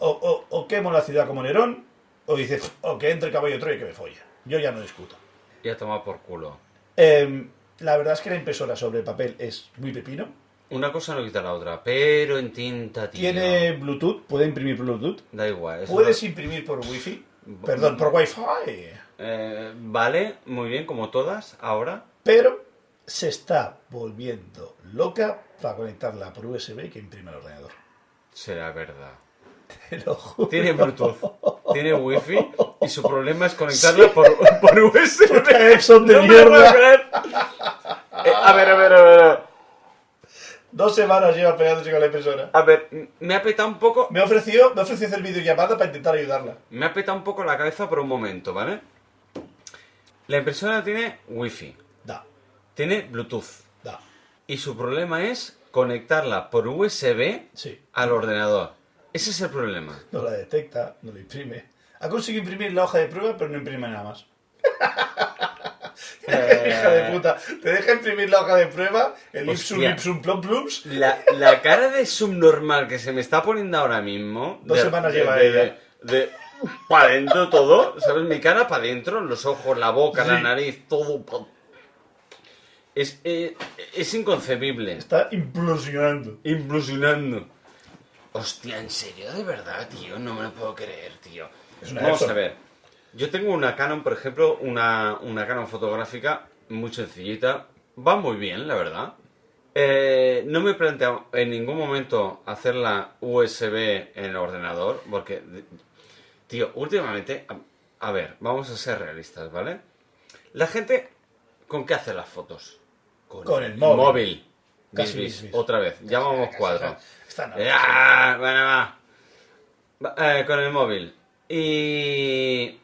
[SPEAKER 2] o, o- o quemo la ciudad como Nerón, o dices, o que entre el caballo Troya y que me folla. Yo ya no discuto.
[SPEAKER 1] Ya toma por culo.
[SPEAKER 2] Em, la verdad es que la impresora sobre papel es muy pepino.
[SPEAKER 1] Una cosa no quita la otra, pero en tinta, tío.
[SPEAKER 2] Tiene Bluetooth, puede imprimir por Bluetooth.
[SPEAKER 1] Da igual. eso
[SPEAKER 2] Puedes
[SPEAKER 1] no-
[SPEAKER 2] imprimir por Wi-Fi.
[SPEAKER 1] Bu-
[SPEAKER 2] Perdón, por Wi-Fi.
[SPEAKER 1] Eh, vale, muy bien, como todas, ahora.
[SPEAKER 2] Pero se está volviendo loca para conectarla por USB que imprime el ordenador.
[SPEAKER 1] Será verdad.
[SPEAKER 2] Te lo juro.
[SPEAKER 1] Tiene Bluetooth, tiene Wi-Fi y su problema es conectarla por, por USB.
[SPEAKER 2] Puta Epson de
[SPEAKER 1] me lo puedo
[SPEAKER 2] mierda.
[SPEAKER 1] creer. Eh, a ver, a ver, a ver, a ver.
[SPEAKER 2] Dos semanas lleva peleándose con la impresora.
[SPEAKER 1] A ver, me ha petado un poco.
[SPEAKER 2] Me ofreció, me ofreció hacer videollamada para intentar ayudarla.
[SPEAKER 1] Me ha petado un poco la cabeza por un momento, ¿vale? La impresora tiene Wi-Fi,
[SPEAKER 2] Da,
[SPEAKER 1] tiene Bluetooth.
[SPEAKER 2] da,
[SPEAKER 1] Y su problema es conectarla por USB
[SPEAKER 2] sí.
[SPEAKER 1] al ordenador. Ese es el problema.
[SPEAKER 2] No la detecta, no la imprime. Ha conseguido imprimir la hoja de prueba, pero no imprime nada más. Hija de puta, te deja imprimir la hoja de prueba, el ipsum,
[SPEAKER 1] Eh. Hostia.
[SPEAKER 2] ipsum, plom, plums,
[SPEAKER 1] Pues La, la cara de subnormal que se me está poniendo ahora mismo.
[SPEAKER 2] Dos
[SPEAKER 1] de-
[SPEAKER 2] semanas
[SPEAKER 1] de-
[SPEAKER 2] lleva
[SPEAKER 1] de-
[SPEAKER 2] ella.
[SPEAKER 1] De, para adentro todo. ¿Sabes? Mi cara para adentro, los ojos, la boca, la nariz, todo. pa- Es, eh, es inconcebible.
[SPEAKER 2] Está implosionando.
[SPEAKER 1] Implosionando. Hostia, ¿en serio? ¿De verdad, tío? No me lo puedo creer, tío.
[SPEAKER 2] Es una
[SPEAKER 1] Vamos
[SPEAKER 2] Epson.
[SPEAKER 1] a ver. Yo tengo una Canon, por ejemplo, una, una Canon fotográfica muy sencillita. Va muy bien, la verdad. Eh, no me he planteado en ningún momento hacerla USB en el ordenador, porque, tío, últimamente, a, a ver, vamos a ser realistas, ¿vale? La gente, ¿con qué hace las fotos?
[SPEAKER 2] Con el móvil.
[SPEAKER 1] Bis,
[SPEAKER 2] Casi
[SPEAKER 1] bis,
[SPEAKER 2] bis, bis.
[SPEAKER 1] Otra vez, ya vamos cuatro.
[SPEAKER 2] Está nada.
[SPEAKER 1] ¡Ah! Bueno, va. Va, eh, con el móvil. Y.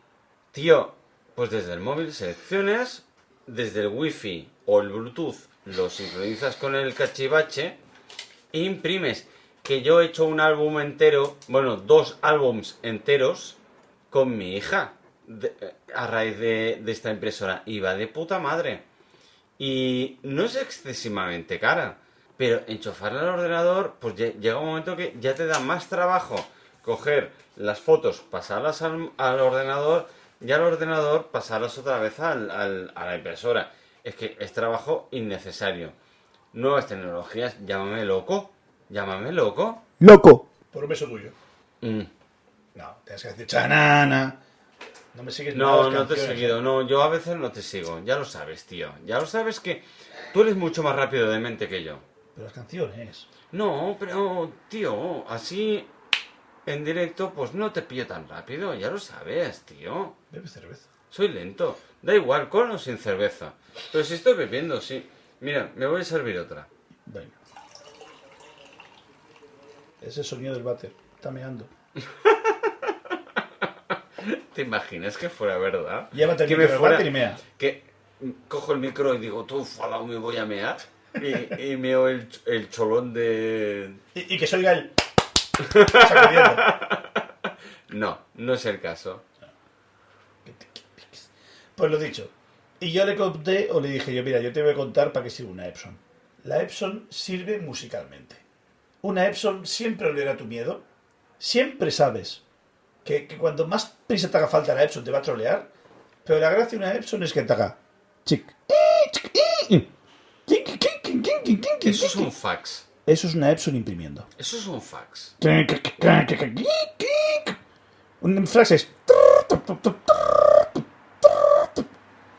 [SPEAKER 1] Tío, pues desde el móvil seleccionas, desde el wifi o el Bluetooth lo sincronizas con el cachivache e imprimes. Que yo he hecho un álbum entero, bueno, dos álbums enteros con mi hija de- eh, a raíz de, de esta impresora. Y va de puta madre. Y no es excesivamente cara. Pero enchufarla al ordenador, pues lle- llega un momento que ya te da más trabajo coger las fotos, pasarlas al, al ordenador y al ordenador pasarlas otra vez al- al- a la impresora. Es que es trabajo innecesario. Nuevas tecnologías, llámame loco. Llámame loco.
[SPEAKER 3] ¡Loco!
[SPEAKER 2] Por un beso tuyo.
[SPEAKER 1] Mm.
[SPEAKER 2] No, tienes que decir chanana. No me sigues
[SPEAKER 1] No,
[SPEAKER 2] en las
[SPEAKER 1] no te he
[SPEAKER 2] canciones.
[SPEAKER 1] seguido, no, yo a veces no te sigo, ya lo sabes, tío. Ya lo sabes que tú eres mucho más rápido de mente que yo.
[SPEAKER 2] Pero las canciones.
[SPEAKER 1] No, pero, tío, así en directo, pues no te pillo tan rápido, ya lo sabes, tío.
[SPEAKER 2] Bebe cerveza.
[SPEAKER 1] Soy lento. Da igual, con o sin cerveza. Pero si estoy bebiendo, sí. Mira, me voy a servir otra.
[SPEAKER 2] Venga. Ese sonido del váter. Está meando.
[SPEAKER 1] ¿Te imaginas que fuera verdad?
[SPEAKER 2] Llévate el
[SPEAKER 1] que
[SPEAKER 2] micro del váter y mea.
[SPEAKER 1] Que cojo el micro y digo, tú, falao, me voy a mear. Y, y meo el, ch- el cholón de...
[SPEAKER 2] Y, y que se oiga el... sacudiendo.
[SPEAKER 1] No, no es el caso.
[SPEAKER 2] Pues lo dicho. Y yo le conté o le dije yo, mira, yo te voy a contar para qué sirve una Epson. La Epson sirve musicalmente. Una Epson siempre olerá tu miedo. Siempre sabes que, que cuando más prisa te haga falta la Epson te va a trolear. Pero la gracia de una Epson es que te haga... Chic. ¡Eh!
[SPEAKER 1] Eso es un fax.
[SPEAKER 2] Eso es una Epson imprimiendo.
[SPEAKER 1] Eso es un fax.
[SPEAKER 2] Un fax es...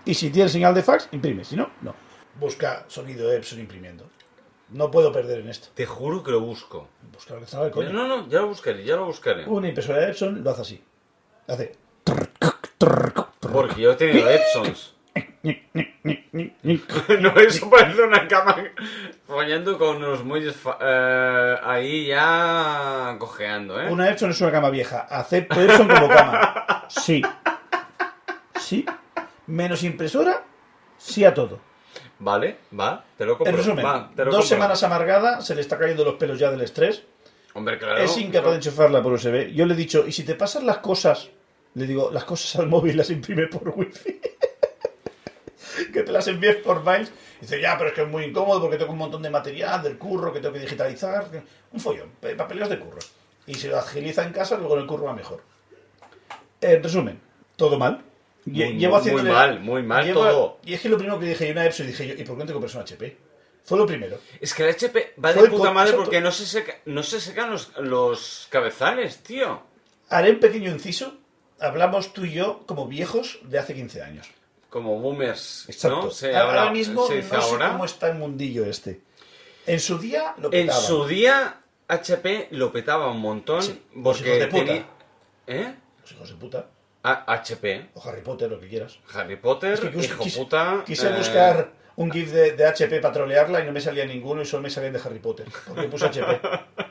[SPEAKER 2] Y si tiene señal de fax, imprime. Si no, no. Busca sonido Epson imprimiendo. No puedo perder en esto.
[SPEAKER 1] Te juro que lo busco.
[SPEAKER 2] Busca lo que estaba el coño.
[SPEAKER 1] No, no, ya lo buscaré, ya lo buscaré.
[SPEAKER 2] Una impresora de Epson lo hace así. Hace...
[SPEAKER 1] Porque yo he tenido Epsons. No, eso parece una cama roñando con los muelles fa- eh, ahí ya cojeando, ¿eh?
[SPEAKER 2] Una Epson es una cama vieja. Acepto Epson como cama. Sí. Sí. Menos impresora, sí a todo.
[SPEAKER 1] Vale, va, te lo compro.
[SPEAKER 2] En resumen,
[SPEAKER 1] va, te lo compro.
[SPEAKER 2] dos semanas amargada, se le está cayendo los pelos ya del estrés.
[SPEAKER 1] Hombre, claro.
[SPEAKER 2] es incapaz de enchufarla por USB. Yo le he dicho, ¿y si te pasas las cosas? Le digo, las cosas al móvil las imprime por wifi. que te las envíes por mails. Dice, ya, pero es que es muy incómodo porque tengo un montón de material del curro que tengo que digitalizar. Un follón, pe- papeleos de curro. Y si lo agiliza en casa, luego en el curro va mejor. En resumen, todo mal. Lle-
[SPEAKER 1] Muy-
[SPEAKER 2] llevo
[SPEAKER 1] muy
[SPEAKER 2] haciéndole-
[SPEAKER 1] mal, muy mal
[SPEAKER 2] llevo-
[SPEAKER 1] todo.
[SPEAKER 2] Y es que lo primero que dije, yo una Epson, y dije yo, ¿y por qué no te compras una HP? Fue lo primero.
[SPEAKER 1] Es que el HP va
[SPEAKER 2] Joder,
[SPEAKER 1] de puta
[SPEAKER 2] por-
[SPEAKER 1] madre
[SPEAKER 2] eso-
[SPEAKER 1] porque no se, seca- no se secan los, los cabezales, tío.
[SPEAKER 2] Haré un pequeño inciso. Hablamos tú y yo como viejos de hace 15 años.
[SPEAKER 1] Como boomers, ¿no? Se
[SPEAKER 2] ahora,
[SPEAKER 1] habla-
[SPEAKER 2] mismo
[SPEAKER 1] se
[SPEAKER 2] no
[SPEAKER 1] dice
[SPEAKER 2] sé
[SPEAKER 1] ahora.
[SPEAKER 2] cómo está el mundillo este. En su día lo
[SPEAKER 1] En
[SPEAKER 2] petaba.
[SPEAKER 1] su día, HP lo petaba un montón
[SPEAKER 2] Sí, los
[SPEAKER 1] porque
[SPEAKER 2] hijos de puta.
[SPEAKER 1] tenía- ¿Eh?
[SPEAKER 2] Los hijos de puta.
[SPEAKER 1] Ah, HP,
[SPEAKER 2] O Harry Potter, lo que quieras.
[SPEAKER 1] Harry Potter,
[SPEAKER 2] Es que quis-
[SPEAKER 1] hijo
[SPEAKER 2] quis-
[SPEAKER 1] puta...
[SPEAKER 2] Quise
[SPEAKER 1] eh,
[SPEAKER 2] buscar un GIF de, de HP para trolearla y no me salía ninguno y solo me salían de Harry Potter. Porque puse HP.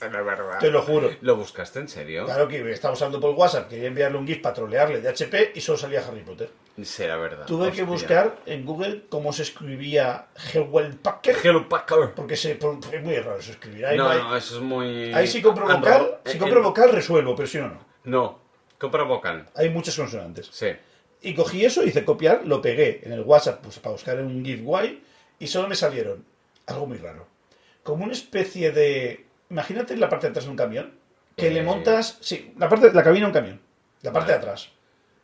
[SPEAKER 1] de verdad.
[SPEAKER 2] Te lo juro.
[SPEAKER 1] ¿Lo buscaste en serio?
[SPEAKER 2] Claro que estaba usando por WhatsApp. Quería enviarle un GIF para trolearle de HP y solo salía Harry Potter.
[SPEAKER 1] Será verdad.
[SPEAKER 2] Tuve que
[SPEAKER 1] hostia.
[SPEAKER 2] buscar en Google cómo se escribía Hewlett Packard.
[SPEAKER 1] Hello, Packer.
[SPEAKER 2] Porque se, por- es muy raro eso escribir. Ahí, no
[SPEAKER 1] No,
[SPEAKER 2] hay-
[SPEAKER 1] no, eso es muy...
[SPEAKER 2] ahí si compro vocal,
[SPEAKER 1] Ambro-
[SPEAKER 2] si
[SPEAKER 1] eh,
[SPEAKER 2] compro
[SPEAKER 1] eh,
[SPEAKER 2] vocal resuelvo, pero si no, no.
[SPEAKER 1] No, compra vocal,
[SPEAKER 2] Hay muchas consonantes.
[SPEAKER 1] sí.
[SPEAKER 2] Y cogí eso, hice copiar, lo pegué en el WhatsApp pues, para buscar un GIF guay y solo me salieron algo muy raro. Como una especie de... Imagínate la parte de atrás de un camión, que le
[SPEAKER 1] Eh.
[SPEAKER 2] montas... Sí, la parte la cabina de un camión, la parte de
[SPEAKER 1] Vale.
[SPEAKER 2] atrás.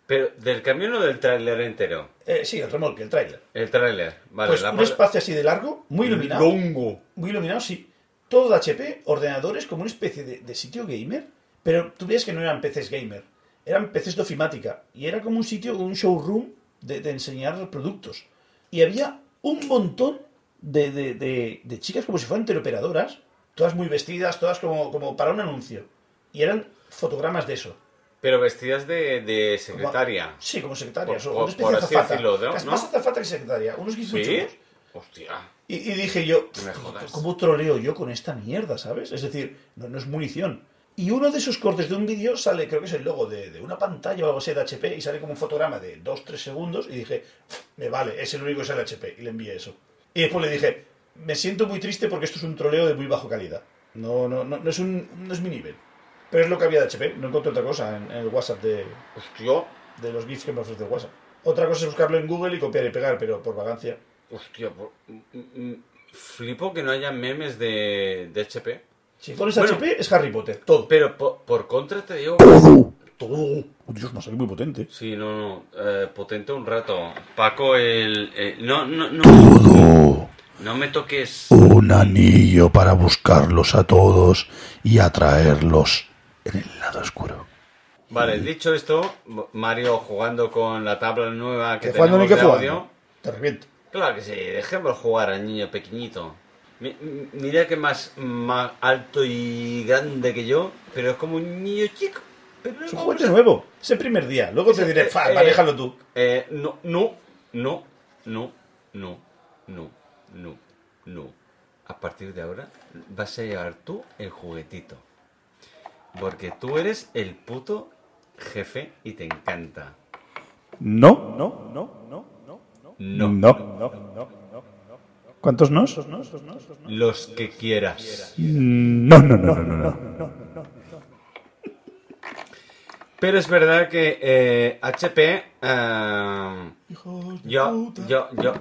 [SPEAKER 1] Pero, ¿del camión o del tráiler entero?
[SPEAKER 2] Eh, sí, el remolque, el tráiler.
[SPEAKER 1] El tráiler, vale.
[SPEAKER 2] pues
[SPEAKER 1] la
[SPEAKER 2] un
[SPEAKER 1] par-
[SPEAKER 2] espacio así de largo, muy iluminado.
[SPEAKER 1] Longo.
[SPEAKER 2] muy iluminado, sí. Todo de HP, ordenadores, como una especie de, de sitio gamer. Pero tú veías que no eran PCs gamer, eran PCs de ofimática. Y era como un sitio, un showroom de, de enseñar productos. Y había un montón de, de- de- de chicas como si fueran teleoperadoras, todas muy vestidas, todas como, como para un anuncio. Y eran fotogramas de eso.
[SPEAKER 1] Pero vestidas de, de secretaria.
[SPEAKER 2] Sí, como secretarias.
[SPEAKER 1] Por-
[SPEAKER 2] o una especie
[SPEAKER 1] por
[SPEAKER 2] de
[SPEAKER 1] así
[SPEAKER 2] azafata.
[SPEAKER 1] decirlo, ¿no?
[SPEAKER 2] Casi Más azafata que secretaria. Unos gifs muy
[SPEAKER 1] ¿Sí?
[SPEAKER 2] chulos.
[SPEAKER 1] Hostia.
[SPEAKER 2] Y, y dije yo,
[SPEAKER 1] No me jodas.
[SPEAKER 2] ¿cómo troleo yo con esta mierda, sabes? Es decir, no, no es munición. Y uno de esos cortes de un vídeo sale, creo que es el logo de, de una pantalla o algo así de HP, y sale como un fotograma de 2-3 segundos, y dije, me vale, es el único que sale HP, y le envié eso. Y después le dije, me siento muy triste porque esto es un troleo de muy bajo calidad. No, no, no, no es, un, no es mi nivel. Pero es lo que había de HP, no encontré otra cosa en, en el WhatsApp de,
[SPEAKER 1] Hostia.
[SPEAKER 2] de los GIFs que me ofrece WhatsApp. Otra cosa es buscarlo en Google y copiar y pegar, pero por vagancia.
[SPEAKER 1] Hostia. por- m- m- Flipo que no haya memes de, de HP.
[SPEAKER 2] Si pones
[SPEAKER 1] Bueno.
[SPEAKER 2] HP, es Harry Potter, todo.
[SPEAKER 1] Pero po- por contra te digo que...
[SPEAKER 2] Todo. Dios, me sale muy potente.
[SPEAKER 1] Sí, no, no. eh, potente un rato. Paco, el... eh, no, no, no.
[SPEAKER 3] Todo.
[SPEAKER 1] No me toques...
[SPEAKER 3] Un anillo para buscarlos a todos y atraerlos en el lado oscuro.
[SPEAKER 1] Vale, dicho esto, Mario jugando con la tabla nueva que
[SPEAKER 2] Que jugando ni
[SPEAKER 1] tenemos
[SPEAKER 2] que
[SPEAKER 1] de
[SPEAKER 2] jugando.
[SPEAKER 1] audio.
[SPEAKER 2] Te reviento.
[SPEAKER 1] Claro que sí, dejemos jugar al niño pequeñito. Mi- mi- Mira que más, más alto y grande que yo, pero es como un niño chico. Pero
[SPEAKER 2] Es un
[SPEAKER 1] no,
[SPEAKER 2] juguete nuevo. Es el primer día. Luego te diré, fa,
[SPEAKER 1] eh,
[SPEAKER 2] manéjalo tú.
[SPEAKER 1] eh, no, no, no, no, no, no, no, no. A partir de ahora vas a llevar tú el juguetito. Porque tú eres el puto jefe y te encanta.
[SPEAKER 2] No.
[SPEAKER 4] No, no, no, no, no.
[SPEAKER 1] No.
[SPEAKER 4] No, no, no.
[SPEAKER 2] ¿Cuántos nos?
[SPEAKER 1] Los que quieras.
[SPEAKER 3] No, no, no, no, no.
[SPEAKER 1] Pero es verdad que eh, HP. eh,
[SPEAKER 2] Hijos de
[SPEAKER 1] yo,
[SPEAKER 2] puta.
[SPEAKER 1] yo, yo.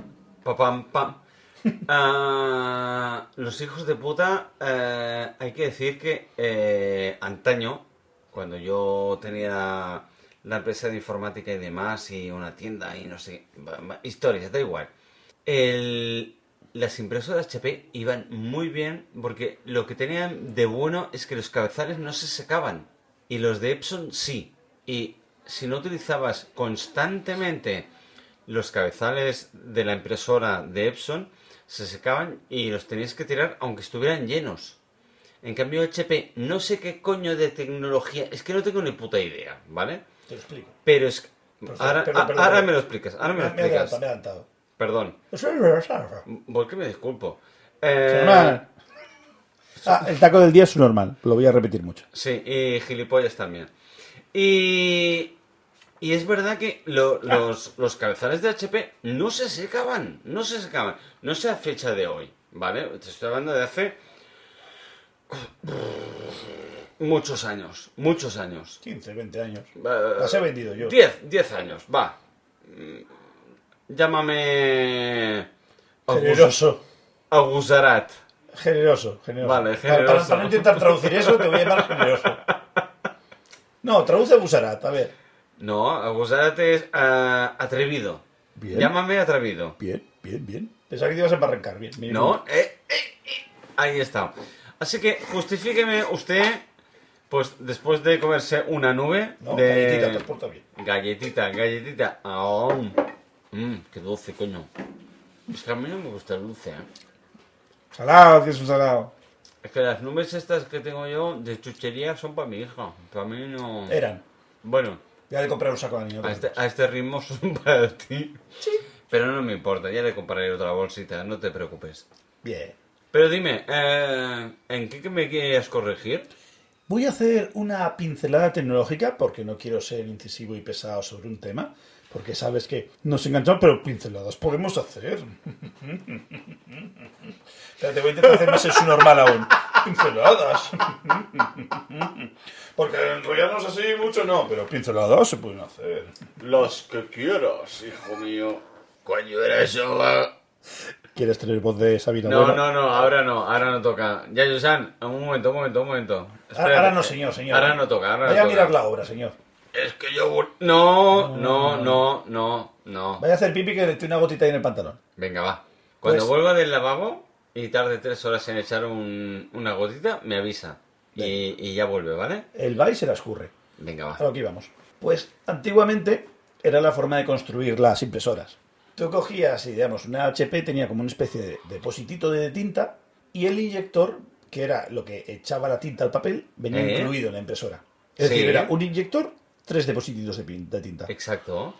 [SPEAKER 1] Pa, pam, pam. Ah, los hijos de puta. eh, hay que decir que eh, antaño, cuando yo tenía la empresa de informática y demás, y una tienda y no sé. ba- ba- Historias, da igual. El- las impresoras HP iban muy bien porque lo que tenían de bueno es que los cabezales no se secaban y los de Epson sí. Y si no utilizabas constantemente los cabezales de la impresora de Epson, se secaban y los tenías que tirar aunque estuvieran llenos. En cambio HP, no sé qué coño de tecnología, es que no tengo ni puta idea, ¿vale?
[SPEAKER 2] Te lo explico.
[SPEAKER 1] Pues, Pero es Ahora,
[SPEAKER 2] perdón,
[SPEAKER 1] a-
[SPEAKER 2] perdón,
[SPEAKER 1] ahora
[SPEAKER 2] perdón.
[SPEAKER 1] me lo explicas, ahora me lo
[SPEAKER 2] me he adelantado,
[SPEAKER 1] explicas.
[SPEAKER 2] me he adelantado.
[SPEAKER 1] Perdón. ¿Por qué me disculpo? Eh,
[SPEAKER 2] Normal. Ah, el taco del día es su normal, lo voy a repetir mucho.
[SPEAKER 1] Sí, y gilipollas también. Y, y es verdad que lo- los, los cabezales de HP no se secaban, no se secaban. No sea fecha de hoy, ¿vale? Te estoy hablando de hace muchos años, muchos años.
[SPEAKER 2] 15, 20 años.
[SPEAKER 1] Eh,
[SPEAKER 2] Las he vendido yo.
[SPEAKER 1] 10, 10 años, va. Mm, Llámame... Agus-
[SPEAKER 2] Generoso.
[SPEAKER 1] Agusarat.
[SPEAKER 2] Generoso, generoso.
[SPEAKER 1] Vale,
[SPEAKER 2] Para- para-
[SPEAKER 1] generoso.
[SPEAKER 2] Para, no intentar traducir eso, te voy a llamar generoso. No, traduce Busarat, a ver.
[SPEAKER 1] No, Agusarat es ah, atrevido.
[SPEAKER 3] Bien.
[SPEAKER 1] Llámame atrevido.
[SPEAKER 3] Bien, bien, bien.
[SPEAKER 2] Pensaba que te ibas a embarrancar, bien. bien.
[SPEAKER 1] No, eh, eh, eh, ahí está. Así que justifíqueme usted, pues después de comerse una nube
[SPEAKER 2] No,
[SPEAKER 1] de
[SPEAKER 2] galletita, te has portado bien.
[SPEAKER 1] galletita, galletita. Ah, mm, qué dulce, coño. Es que a mí no me gusta el dulce. ¿eh?
[SPEAKER 2] Salado, que es un salado.
[SPEAKER 1] Es que las nubes estas que tengo yo de chuchería son para mi hija. Para mí no.
[SPEAKER 2] Eran.
[SPEAKER 1] Bueno,
[SPEAKER 2] Ya le compré un saco de niño.
[SPEAKER 1] a este, a este ritmo son para ti. Pero no me importa, ya le compraré otra bolsita, no te preocupes.
[SPEAKER 2] Bien.
[SPEAKER 1] Pero dime, eh, ¿en qué que me quieres corregir?
[SPEAKER 2] Voy a hacer una pincelada tecnológica porque no quiero ser incisivo y pesado sobre un tema, porque sabes que nos enganchamos, pero pinceladas podemos hacer. Espérate, voy a intentar hacer más eso normal aún. Pinceladas. Porque enrollados así mucho no, pero pinceladas se pueden hacer.
[SPEAKER 1] Las que quieras, hijo mío. Cuando era eso.
[SPEAKER 2] ¿Quieres tener voz de Sabina?
[SPEAKER 1] No,
[SPEAKER 2] Bueno,
[SPEAKER 1] no, no, ahora no, ahora no toca. Ya, Yusan, un momento, un momento, un momento.
[SPEAKER 2] Ahora,
[SPEAKER 1] Espérate.
[SPEAKER 2] ahora no, señor, señor.
[SPEAKER 1] Ahora no toca, ahora
[SPEAKER 2] Vaya
[SPEAKER 1] no
[SPEAKER 2] a
[SPEAKER 1] toca.
[SPEAKER 2] mirar la obra, señor.
[SPEAKER 1] Es que yo. vol- No, no, no, no, no.
[SPEAKER 2] Vaya a hacer pipi que le tiene una gotita ahí en el pantalón.
[SPEAKER 1] Venga, va. Cuando
[SPEAKER 2] Pues-
[SPEAKER 1] vuelva del lavabo y tarde tres horas en echar un- una gotita, me avisa. Y, y ya vuelve, ¿vale?
[SPEAKER 2] El va y se la escurre.
[SPEAKER 1] Venga,
[SPEAKER 2] A
[SPEAKER 1] va.
[SPEAKER 2] lo que íbamos. Pues antiguamente era la forma de construir las impresoras. Tú cogías, y digamos, una HP tenía como una especie de depositito de tinta y el inyector, que era lo que echaba la tinta al papel, venía
[SPEAKER 1] ¿Eh?
[SPEAKER 2] incluido en la impresora. Es
[SPEAKER 1] Sí. Eh,
[SPEAKER 2] decir, era un inyector, tres deposititos de, pin- de tinta.
[SPEAKER 1] Exacto.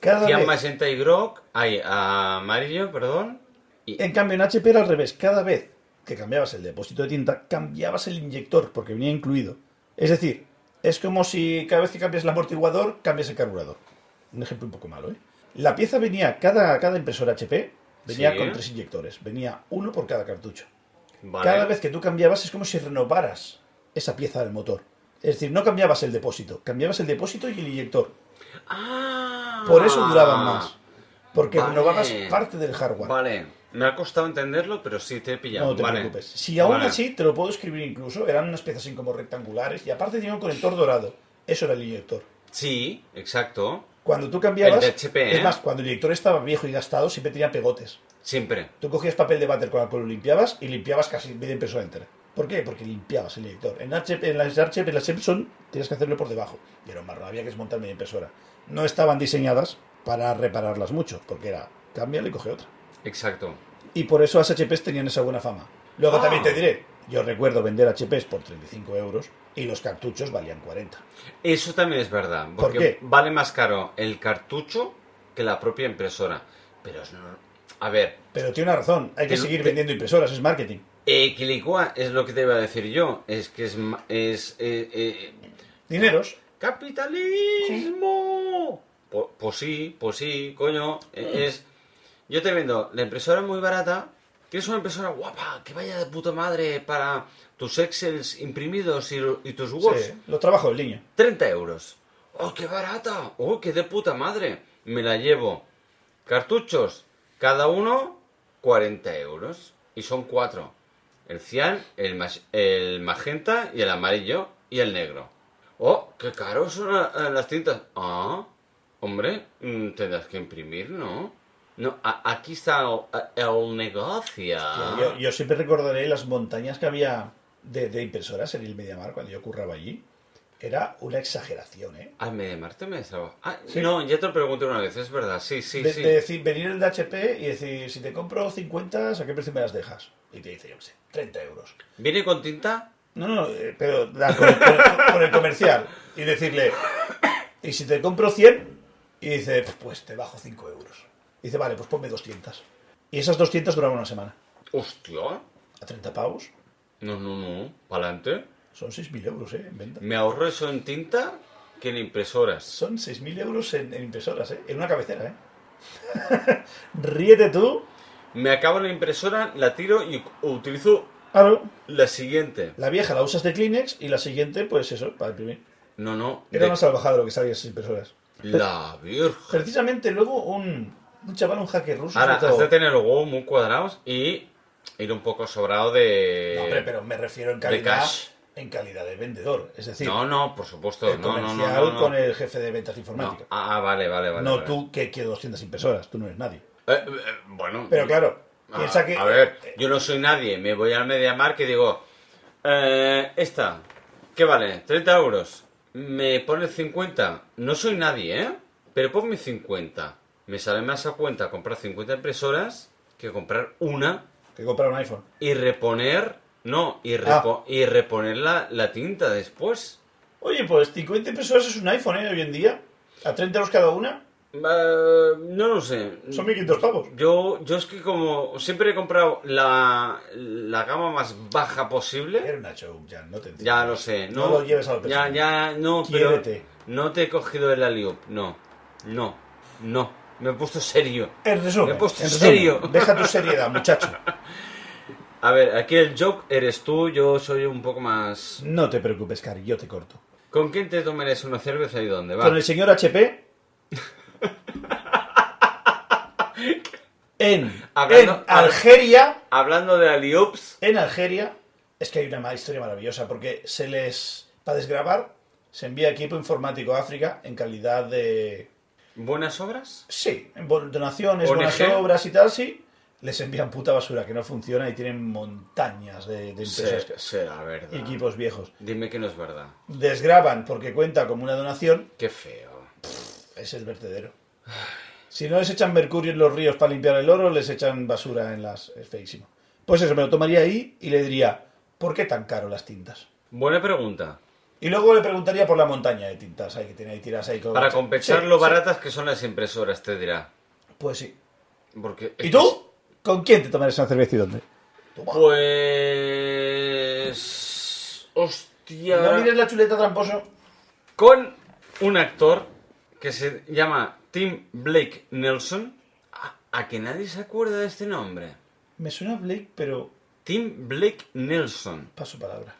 [SPEAKER 2] Cada vez-
[SPEAKER 1] Cian Magenta y Grog. Ay, amarillo, perdón. Y,
[SPEAKER 2] en cambio, en HP era al revés. Cada vez que cambiabas el depósito de tinta, cambiabas el inyector porque venía incluido. Es decir, es como si cada vez que cambias el amortiguador, cambias el carburador. Un ejemplo un poco malo, ¿eh? La pieza venía, cada, cada impresora HP venía
[SPEAKER 1] Sí.
[SPEAKER 2] con tres inyectores. Venía uno por cada cartucho.
[SPEAKER 1] vale.
[SPEAKER 2] Cada vez que tú cambiabas es como si renovaras esa pieza del motor. Es decir, no cambiabas el depósito, cambiabas el depósito y el inyector.
[SPEAKER 1] Ah.
[SPEAKER 2] Por eso duraban más. Porque
[SPEAKER 1] Vale.
[SPEAKER 2] renovabas parte del hardware.
[SPEAKER 1] Vale, me ha costado entenderlo, pero sí te he pillado.
[SPEAKER 2] No te
[SPEAKER 1] Vale.
[SPEAKER 2] preocupes. Si aún
[SPEAKER 1] Vale.
[SPEAKER 2] así te lo puedo escribir incluso, eran unas piezas así como rectangulares y aparte tenía un conector dorado. Eso era el inyector.
[SPEAKER 1] Sí, exacto.
[SPEAKER 2] Cuando tú cambiabas,
[SPEAKER 1] El de HP, ¿eh?
[SPEAKER 2] es más, cuando el inyector estaba viejo y gastado, siempre tenía pegotes.
[SPEAKER 1] Siempre.
[SPEAKER 2] Tú cogías papel de váter con el que lo limpiabas y limpiabas casi media impresora entera. ¿Por qué? Porque limpiabas el inyector. En, HP, en las HP, en las Epson, tienes que hacerlo por debajo. Y era un marrón, había que desmontar media impresora. No estaban diseñadas para repararlas mucho, porque era cámbiala y coge otra.
[SPEAKER 1] Exacto.
[SPEAKER 2] Y por eso las HPs tenían esa buena fama. Luego
[SPEAKER 1] Ah.
[SPEAKER 2] también te diré, yo recuerdo vender HPs por 35 euros y los cartuchos valían 40.
[SPEAKER 1] Eso también es verdad.
[SPEAKER 2] ¿Por
[SPEAKER 1] Porque
[SPEAKER 2] qué?
[SPEAKER 1] vale más caro el cartucho que la propia impresora. Pero es. no- A ver,
[SPEAKER 2] Pero tiene una razón, hay que
[SPEAKER 1] Pero-
[SPEAKER 2] seguir vendiendo impresoras, es marketing.
[SPEAKER 1] Equilicua es lo que te iba a decir yo. Es que es. ma- es eh, eh,
[SPEAKER 2] Dineros.
[SPEAKER 1] ¡Capitalismo! Po- Pues, sí, pues sí, coño. E- Es. Yo te vendo la impresora muy barata. Tienes una impresora guapa, que vaya de puta madre para tus Excels imprimidos y, y tus Words.
[SPEAKER 2] Sí, los trabajos del niño.
[SPEAKER 1] 30 euros. ¡Oh, qué barata! ¡Oh, qué de puta madre! Me la llevo. Cartuchos, cada uno 40 euros. Y son cuatro. El cian, el, mas- el magenta y el amarillo y el negro. ¡Oh, qué caros son la- eh, las tintas! Ah, hombre, mm, tendrás que imprimir, ¿no? No, a- aquí está el, el negocio.
[SPEAKER 2] Yo, yo siempre recordaré las montañas que había de, de impresoras en el Mediamar cuando yo curraba allí. Era una exageración, ¿eh?
[SPEAKER 1] Al Mediamar me destraba. Ah,
[SPEAKER 2] Sí.
[SPEAKER 1] no, ya te lo pregunté una vez, es verdad. Sí, sí,
[SPEAKER 2] de,
[SPEAKER 1] sí.
[SPEAKER 2] de decir, venir el de HP y decir, si te compro 50, ¿a qué precio me las dejas? Y te dice, yo qué sé, 30 euros.
[SPEAKER 1] ¿Viene con tinta?
[SPEAKER 2] No, no, eh, pero da, con, el, con el- con el comercial. Y decirle, y si te compro 100, Y dice, pues te bajo 5 euros. Y dice, vale, pues ponme 200. Y esas 200 duraban una semana.
[SPEAKER 1] Hostia.
[SPEAKER 2] A 30 pavos
[SPEAKER 1] No, no, no. Pa'lante.
[SPEAKER 2] son 6.000 euros, ¿eh? En venta.
[SPEAKER 1] Me ahorro eso en tinta que en impresoras.
[SPEAKER 2] Son 6.000 euros en, en impresoras, ¿eh? En una cabecera, ¿eh? Ríete tú.
[SPEAKER 1] Me acabo la impresora, la tiro y utilizo
[SPEAKER 2] Claro.
[SPEAKER 1] la siguiente.
[SPEAKER 2] La vieja la usas de Kleenex y la siguiente, pues eso, para imprimir.
[SPEAKER 1] No, no.
[SPEAKER 2] Era
[SPEAKER 1] de-
[SPEAKER 2] una salvajada lo que sabías esas impresoras.
[SPEAKER 1] La virgen.
[SPEAKER 2] Precisamente luego un, un chaval, un hacker ruso.
[SPEAKER 1] Ahora,
[SPEAKER 2] sobre todo-
[SPEAKER 1] has de tener los huevos muy cuadrados y ir un poco sobrado de...
[SPEAKER 2] No, hombre, pero me refiero en calidad,
[SPEAKER 1] Eh, cash.
[SPEAKER 2] en calidad de vendedor. Es decir,
[SPEAKER 1] No, no, por supuesto.
[SPEAKER 2] el
[SPEAKER 1] no, no, no,
[SPEAKER 2] comercial
[SPEAKER 1] no, no.
[SPEAKER 2] con el jefe de ventas de
[SPEAKER 1] No.
[SPEAKER 2] informática.
[SPEAKER 1] Ah, ah, vale, vale, vale.
[SPEAKER 2] no
[SPEAKER 1] vale.
[SPEAKER 2] tú que quieres 200 impresoras, tú no eres nadie.
[SPEAKER 1] Eh, eh, bueno.
[SPEAKER 2] Pero claro,
[SPEAKER 1] Ah,
[SPEAKER 2] piensa que...
[SPEAKER 1] A ver,
[SPEAKER 2] eh,
[SPEAKER 1] yo no soy nadie. Me voy al Mediamar que digo... eh, esta, ¿qué vale? 30 euros. Me pone 50. No soy nadie, ¿eh? Pero ponme 50. Me sale más a cuenta comprar 50 impresoras que comprar una
[SPEAKER 2] que comprar un iPhone.
[SPEAKER 1] y reponer... No,
[SPEAKER 2] Ah.
[SPEAKER 1] y, repo- y reponer la, la tinta después.
[SPEAKER 2] Oye, pues 50 impresoras es un iPhone, ¿eh? Hoy en día. A 30 euros cada una,
[SPEAKER 1] Eh, no lo sé.
[SPEAKER 2] son 1.500 pavos.
[SPEAKER 1] Yo, yo es que como siempre he comprado la, la gama más baja posible.
[SPEAKER 2] Era una joke, ya, no te entiendo.
[SPEAKER 1] Ya lo sé. No,
[SPEAKER 2] No lo lleves a la
[SPEAKER 1] Ya,
[SPEAKER 2] persona.
[SPEAKER 1] ya, no, pero
[SPEAKER 2] Quiérete.
[SPEAKER 1] no te he cogido el aliup. No, no, no. Me he puesto serio.
[SPEAKER 2] En resumen,
[SPEAKER 1] Me he puesto
[SPEAKER 2] en
[SPEAKER 1] serio.
[SPEAKER 2] resumen, deja tu seriedad, muchacho.
[SPEAKER 1] A ver, aquí el joke eres tú, yo soy un poco más...
[SPEAKER 2] No te preocupes, Cari, yo te corto.
[SPEAKER 1] ¿Con quién te tomarías una cerveza y dónde? Va.
[SPEAKER 2] Con el señor HP. en,
[SPEAKER 1] Hablando-
[SPEAKER 2] en Algeria.
[SPEAKER 1] Hablando de aliups...
[SPEAKER 2] En Algeria. Es que hay una ma- historia maravillosa porque se les. Para desgrabar, se envía equipo informático a África en calidad de.
[SPEAKER 1] ¿Buenas obras?
[SPEAKER 2] Sí, en bon- donaciones,
[SPEAKER 1] ONG.
[SPEAKER 2] buenas obras y tal, sí. Les envían puta basura que no funciona y tienen montañas de, de impresas
[SPEAKER 1] Se- Será verdad.
[SPEAKER 2] y equipos viejos.
[SPEAKER 1] Dime que no es verdad.
[SPEAKER 2] Desgraban porque cuenta como una donación,
[SPEAKER 1] Qué feo.
[SPEAKER 2] es el vertedero. Si no les echan mercurio en los ríos para limpiar el oro, les echan basura en las. Es feísimo. Pues eso, me lo tomaría ahí y le diría, ¿por qué tan caro las tintas?
[SPEAKER 1] Buena pregunta.
[SPEAKER 2] Y luego le preguntaría por la montaña de tintas ahí que tiene ahí tiras ahí con-
[SPEAKER 1] Para compensar
[SPEAKER 2] Sí,
[SPEAKER 1] lo
[SPEAKER 2] sí.
[SPEAKER 1] baratas que son las impresoras, te dirá.
[SPEAKER 2] Pues sí.
[SPEAKER 1] Porque
[SPEAKER 2] ¿Y tú? ¿Con quién te tomarías una cerveza y dónde?
[SPEAKER 1] Pues... Hostia.
[SPEAKER 2] No mires la chuleta tramposo.
[SPEAKER 1] Con un actor que se llama Tim Blake Nelson. A, a que nadie se acuerda de este nombre.
[SPEAKER 2] Me suena Blake, pero
[SPEAKER 1] Tim Blake Nelson.
[SPEAKER 2] paso palabra.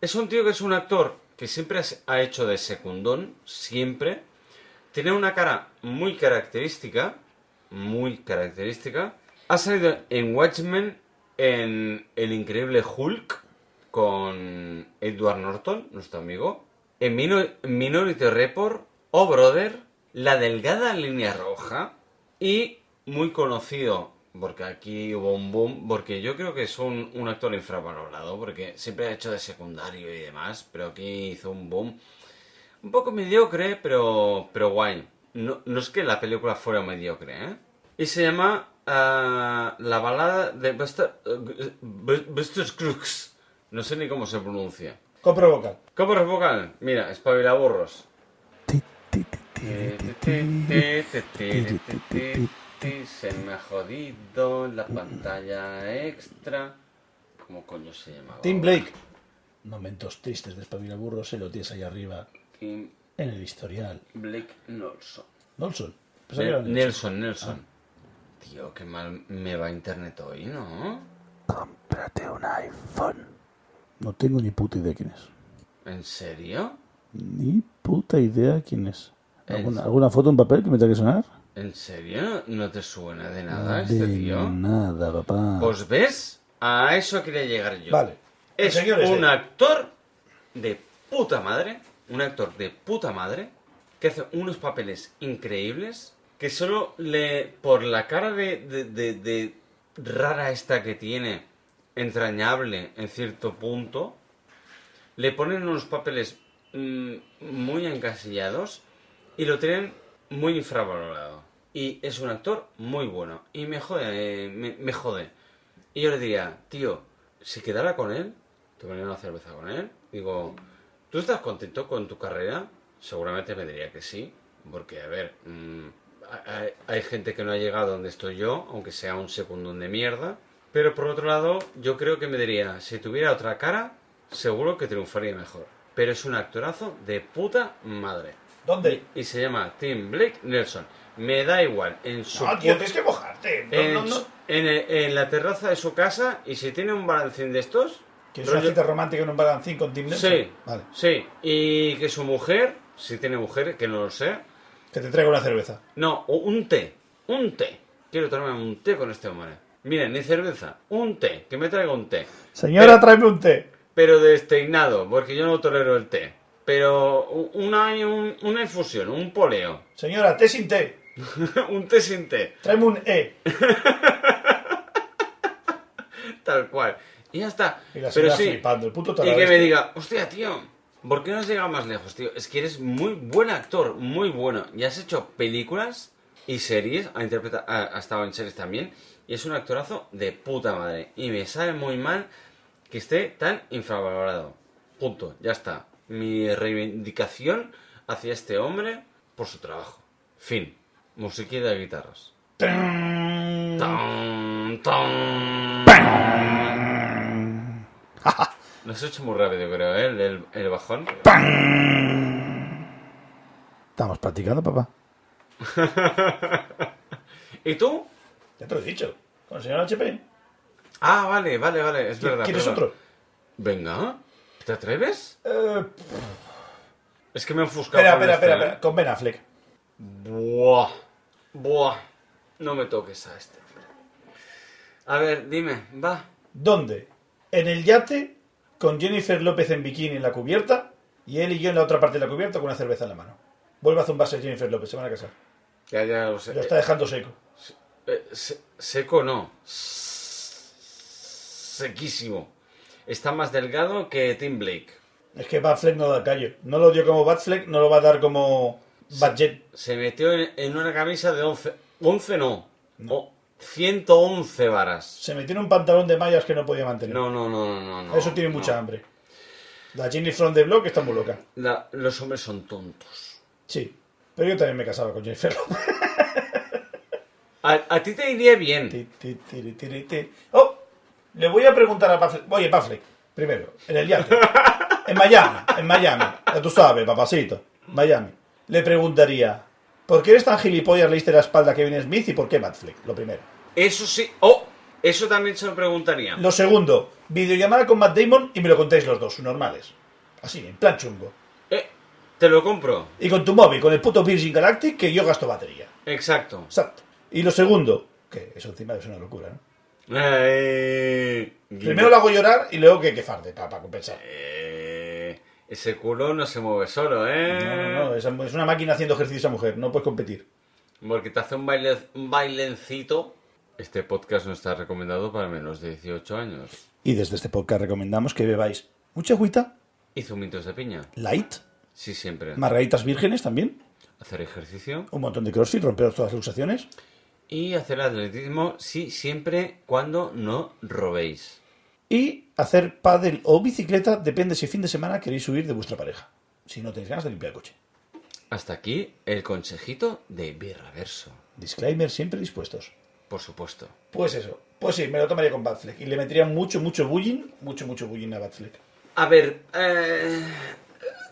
[SPEAKER 1] Es un tío que es un actor que siempre has- ha hecho de secundón, siempre. Tiene una cara muy característica, muy característica. Ha salido en Watchmen, en El Increíble Hulk, con Edward Norton, nuestro amigo. En Mino- Minority Report, O Brother, La Delgada Línea Roja. Y muy conocido, porque aquí hubo un boom, porque yo creo que es un, un actor infravalorado, porque siempre ha hecho de secundario y demás, pero aquí hizo un boom. Un poco mediocre, pero, pero guay. No, no es que la película fuera mediocre, ¿eh? Y se llama ah, La balada de Buster, eh, Bu- Buster Scruggs. No sé ni cómo se pronuncia.
[SPEAKER 2] Compro vocal.
[SPEAKER 1] ¿Cómo es vocal? Mira, espabilaburros. Se me ha jodido la pantalla extra. ¿Cómo coño se llamaba?
[SPEAKER 2] Tim Blake. Momentos tristes de espabilaburro se lo tienes ahí arriba
[SPEAKER 1] Tim
[SPEAKER 2] en el historial.
[SPEAKER 1] Blake Nelson.
[SPEAKER 2] Nelson. Pensaba que era
[SPEAKER 1] Nelson,
[SPEAKER 2] Nelson.
[SPEAKER 1] Nelson. Tío, qué mal me va internet hoy, ¿no?
[SPEAKER 3] Cómprate un iPhone. No tengo ni puta idea quién es.
[SPEAKER 1] ¿En serio?
[SPEAKER 3] Ni puta idea quién es. ¿Alguna,
[SPEAKER 1] Es-
[SPEAKER 3] alguna foto en papel que me tenga que sonar?
[SPEAKER 1] ¿En serio? ¿No te suena de nada este
[SPEAKER 3] Ah, de
[SPEAKER 1] tío? Pues-
[SPEAKER 3] nada, papá.
[SPEAKER 1] ¿Os ves? A eso quería llegar yo.
[SPEAKER 2] Vale. El
[SPEAKER 1] Es
[SPEAKER 2] señor es
[SPEAKER 1] un
[SPEAKER 2] de-
[SPEAKER 1] actor de puta madre, un actor de puta madre, que hace unos papeles increíbles, que solo le, por la cara de, de- de- de rara esta que tiene, entrañable en cierto punto, le ponen unos papeles mm, muy encasillados y lo tienen muy infravalorado. Y es un actor muy bueno. Y me jode, eh, me, me jode. Y yo le diría, tío, si quedara con él, tomaría una cerveza con él. Digo, ¿tú estás contento con tu carrera? Seguramente me diría que sí. Porque, a ver, mm, hay, hay gente que no ha llegado a donde estoy yo, aunque sea un secundón de mierda. Pero por otro lado, yo creo que me diría, si tuviera otra cara, seguro que triunfaría mejor. Pero es un actorazo de puta madre.
[SPEAKER 2] ¿Dónde?
[SPEAKER 1] Y se llama Tim Blake Nelson. Me da igual, en su
[SPEAKER 2] No, Ah, tío, tienes que mojarte.
[SPEAKER 1] en,
[SPEAKER 2] No, no, no.
[SPEAKER 1] en- en la terraza de su casa y si tiene un balancín de estos...
[SPEAKER 2] Que es una
[SPEAKER 1] rollo-
[SPEAKER 2] cita romántica en un balancín con Tim Nelson?
[SPEAKER 1] Sí,
[SPEAKER 2] Vale.
[SPEAKER 1] sí. Y que su mujer, si tiene mujer, que no lo sé.
[SPEAKER 2] Que te traigo una cerveza.
[SPEAKER 1] No, o un té, un té. Quiero tomarme un té con este hombre. Miren, ni cerveza, un té, que me traiga un té.
[SPEAKER 2] Señora,
[SPEAKER 1] Pero-
[SPEAKER 2] tráeme un té.
[SPEAKER 1] Pero desteinado, porque yo no tolero el té. Pero u- una, un- una infusión, un poleo.
[SPEAKER 2] Señora, té sin té.
[SPEAKER 1] un té sin té,
[SPEAKER 2] Tráeme un E.
[SPEAKER 1] tal cual. Y ya está.
[SPEAKER 2] Y la
[SPEAKER 1] Pero
[SPEAKER 2] señora
[SPEAKER 1] sí.
[SPEAKER 2] flipando. El puto
[SPEAKER 1] Y
[SPEAKER 2] tarado
[SPEAKER 1] que me
[SPEAKER 2] este.
[SPEAKER 1] diga, hostia, tío, ¿por qué no has llegado más lejos, tío? Es que eres muy buen actor, muy bueno. Y has hecho películas y series, ha, interpreta- ha, ha estado en series también, y es un actorazo de puta madre. Y me sabe muy mal que esté tan infravalorado. Punto, ya está. Mi reivindicación hacia este hombre por su trabajo. Fin. Musiquilla de guitarras. Tan, tan. Lo has hecho muy rápido, creo, ¿eh? El, el- el bajón.
[SPEAKER 3] Estamos practicando, papá.
[SPEAKER 1] ¿Y tú?
[SPEAKER 2] Ya te lo he dicho. Con el señor HP.
[SPEAKER 1] Ah, vale, vale, vale, es verdad.
[SPEAKER 2] ¿Quieres
[SPEAKER 1] perdón.
[SPEAKER 2] otro?
[SPEAKER 1] Venga, ¿te atreves?
[SPEAKER 2] Eh,
[SPEAKER 1] Es que me he ofuscado.
[SPEAKER 2] espera,
[SPEAKER 1] con
[SPEAKER 2] espera,
[SPEAKER 1] este,
[SPEAKER 2] espera,
[SPEAKER 1] ¿eh?
[SPEAKER 2] espera. Con Ben Affleck.
[SPEAKER 1] Buah, buah. No me toques a este. hombre. A ver, dime, va.
[SPEAKER 2] ¿Dónde? En el yate, con Jennifer López en bikini en la cubierta y él y yo en la otra parte de la cubierta con una cerveza en la mano. Vuelve a zumbarse Jennifer López, se van a casar.
[SPEAKER 1] Ya, ya lo sé.
[SPEAKER 2] Lo está dejando seco.
[SPEAKER 1] Eh, se- seco no. Sequísimo. Está más delgado que Tim Blake.
[SPEAKER 2] Es que Batfleck no da callo. No lo dio como Batfleck, no lo va a dar como Badjet.
[SPEAKER 1] Se metió en, en una camisa de 11. 11 no. O 111 varas.
[SPEAKER 2] Se metió en un pantalón de mallas que no podía mantener.
[SPEAKER 1] No, no, no, no, no, no.
[SPEAKER 2] Eso tiene
[SPEAKER 1] no.
[SPEAKER 2] mucha hambre. La Jenny from the Block está muy loca.
[SPEAKER 1] La- los hombres son tontos.
[SPEAKER 2] Sí. Pero yo también me casaba con Jennifer López.
[SPEAKER 1] A, a ti te iría bien.
[SPEAKER 2] Ti, ti, tiri, tiri, ti. Oh, le voy a preguntar a Pafle. Oye, Pafle, primero, en el yate. En Miami, en Miami. Ya tú sabes, papacito. Miami. Le preguntaría, ¿por qué eres tan gilipollas le diste la espalda a Kevin Smith y por qué Batfleck? Lo primero.
[SPEAKER 1] Eso sí. Oh, eso también se lo preguntaría.
[SPEAKER 2] Lo segundo, videollamada con Matt Damon y me lo contáis los dos, normales. Así, en plan chungo.
[SPEAKER 1] Eh, te lo compro.
[SPEAKER 2] Y con tu móvil, con el puto Virgin Galactic, que yo gasto batería.
[SPEAKER 1] Exacto.
[SPEAKER 2] Exacto. Y lo segundo, que eso encima es una locura, ¿no?
[SPEAKER 1] Eh,
[SPEAKER 2] Primero lo hago llorar y luego que, que farde, para, compensar.
[SPEAKER 1] Eh, ese culo no se mueve solo, ¿eh?
[SPEAKER 2] No, no, no, esa mu- es una máquina haciendo ejercicio esa mujer, no puedes competir.
[SPEAKER 1] Porque te hace un, baile, un bailencito. Este podcast no está recomendado para menos de 18 años.
[SPEAKER 2] Y desde este podcast recomendamos que bebáis mucha agüita,
[SPEAKER 1] Y zumitos de piña.
[SPEAKER 2] light,
[SPEAKER 1] Sí, siempre.
[SPEAKER 2] margaritas vírgenes también,
[SPEAKER 1] Hacer ejercicio.
[SPEAKER 2] un montón de crossfit, romperos todas las luxaciones.
[SPEAKER 1] Y hacer atletismo, sí, siempre cuando no robéis.
[SPEAKER 2] Y hacer pádel o bicicleta, depende si fin de semana queréis huir de vuestra pareja. Si no tenéis ganas de limpiar el coche.
[SPEAKER 1] Hasta aquí el consejito de Birraverso.
[SPEAKER 2] Disclaimer siempre dispuestos.
[SPEAKER 1] Por supuesto.
[SPEAKER 2] Pues eso. Pues sí, me lo tomaría con Batfleck. Y le metería mucho, mucho bullying. Mucho, mucho bullying a Batfleck.
[SPEAKER 1] A ver, eh,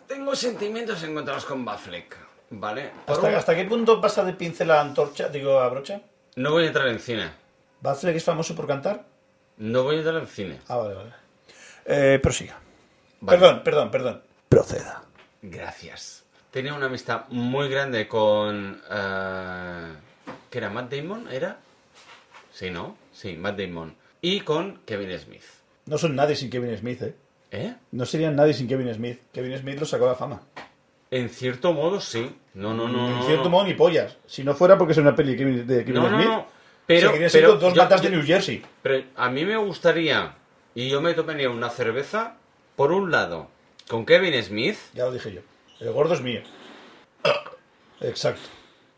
[SPEAKER 1] tengo sentimientos encontrados con Bafleck, ¿vale? Por un-
[SPEAKER 2] ¿Hasta, ¿Hasta qué punto pasa de pincel a antorcha? Digo, a brocha.
[SPEAKER 1] No voy a entrar en cine.
[SPEAKER 2] ¿Batfleck es famoso por cantar?
[SPEAKER 1] No voy a entrar en cine.
[SPEAKER 2] Ah, vale, vale. Eh, prosiga.
[SPEAKER 1] Vale.
[SPEAKER 2] Perdón, perdón, perdón.
[SPEAKER 3] Proceda.
[SPEAKER 1] Gracias. Tenía una amistad muy grande con... eh, ¿Qué era? ¿Matt Damon? ¿Era? Sí, ¿no? Sí, Matt Damon. Y con Kevin Smith.
[SPEAKER 2] No son nadie sin Kevin Smith, ¿eh?
[SPEAKER 1] ¿Eh?
[SPEAKER 2] No serían nadie sin Kevin Smith. Kevin Smith lo sacó a la fama.
[SPEAKER 1] En cierto modo, sí. No, no, no.
[SPEAKER 2] en
[SPEAKER 1] no,
[SPEAKER 2] cierto
[SPEAKER 1] no.
[SPEAKER 2] modo, ni pollas. Si no fuera porque es una peli de Kevin, de Kevin
[SPEAKER 1] No, no,
[SPEAKER 2] Smith.
[SPEAKER 1] no. Pero,
[SPEAKER 2] seguiría siendo
[SPEAKER 1] pero
[SPEAKER 2] dos
[SPEAKER 1] yo-
[SPEAKER 2] matas de
[SPEAKER 1] yo-
[SPEAKER 2] New Jersey.
[SPEAKER 1] Pero a mí me gustaría, y yo me tomaría una cerveza, por un lado, con Kevin Smith,
[SPEAKER 2] Ya lo dije yo. El gordo es mío. Exacto.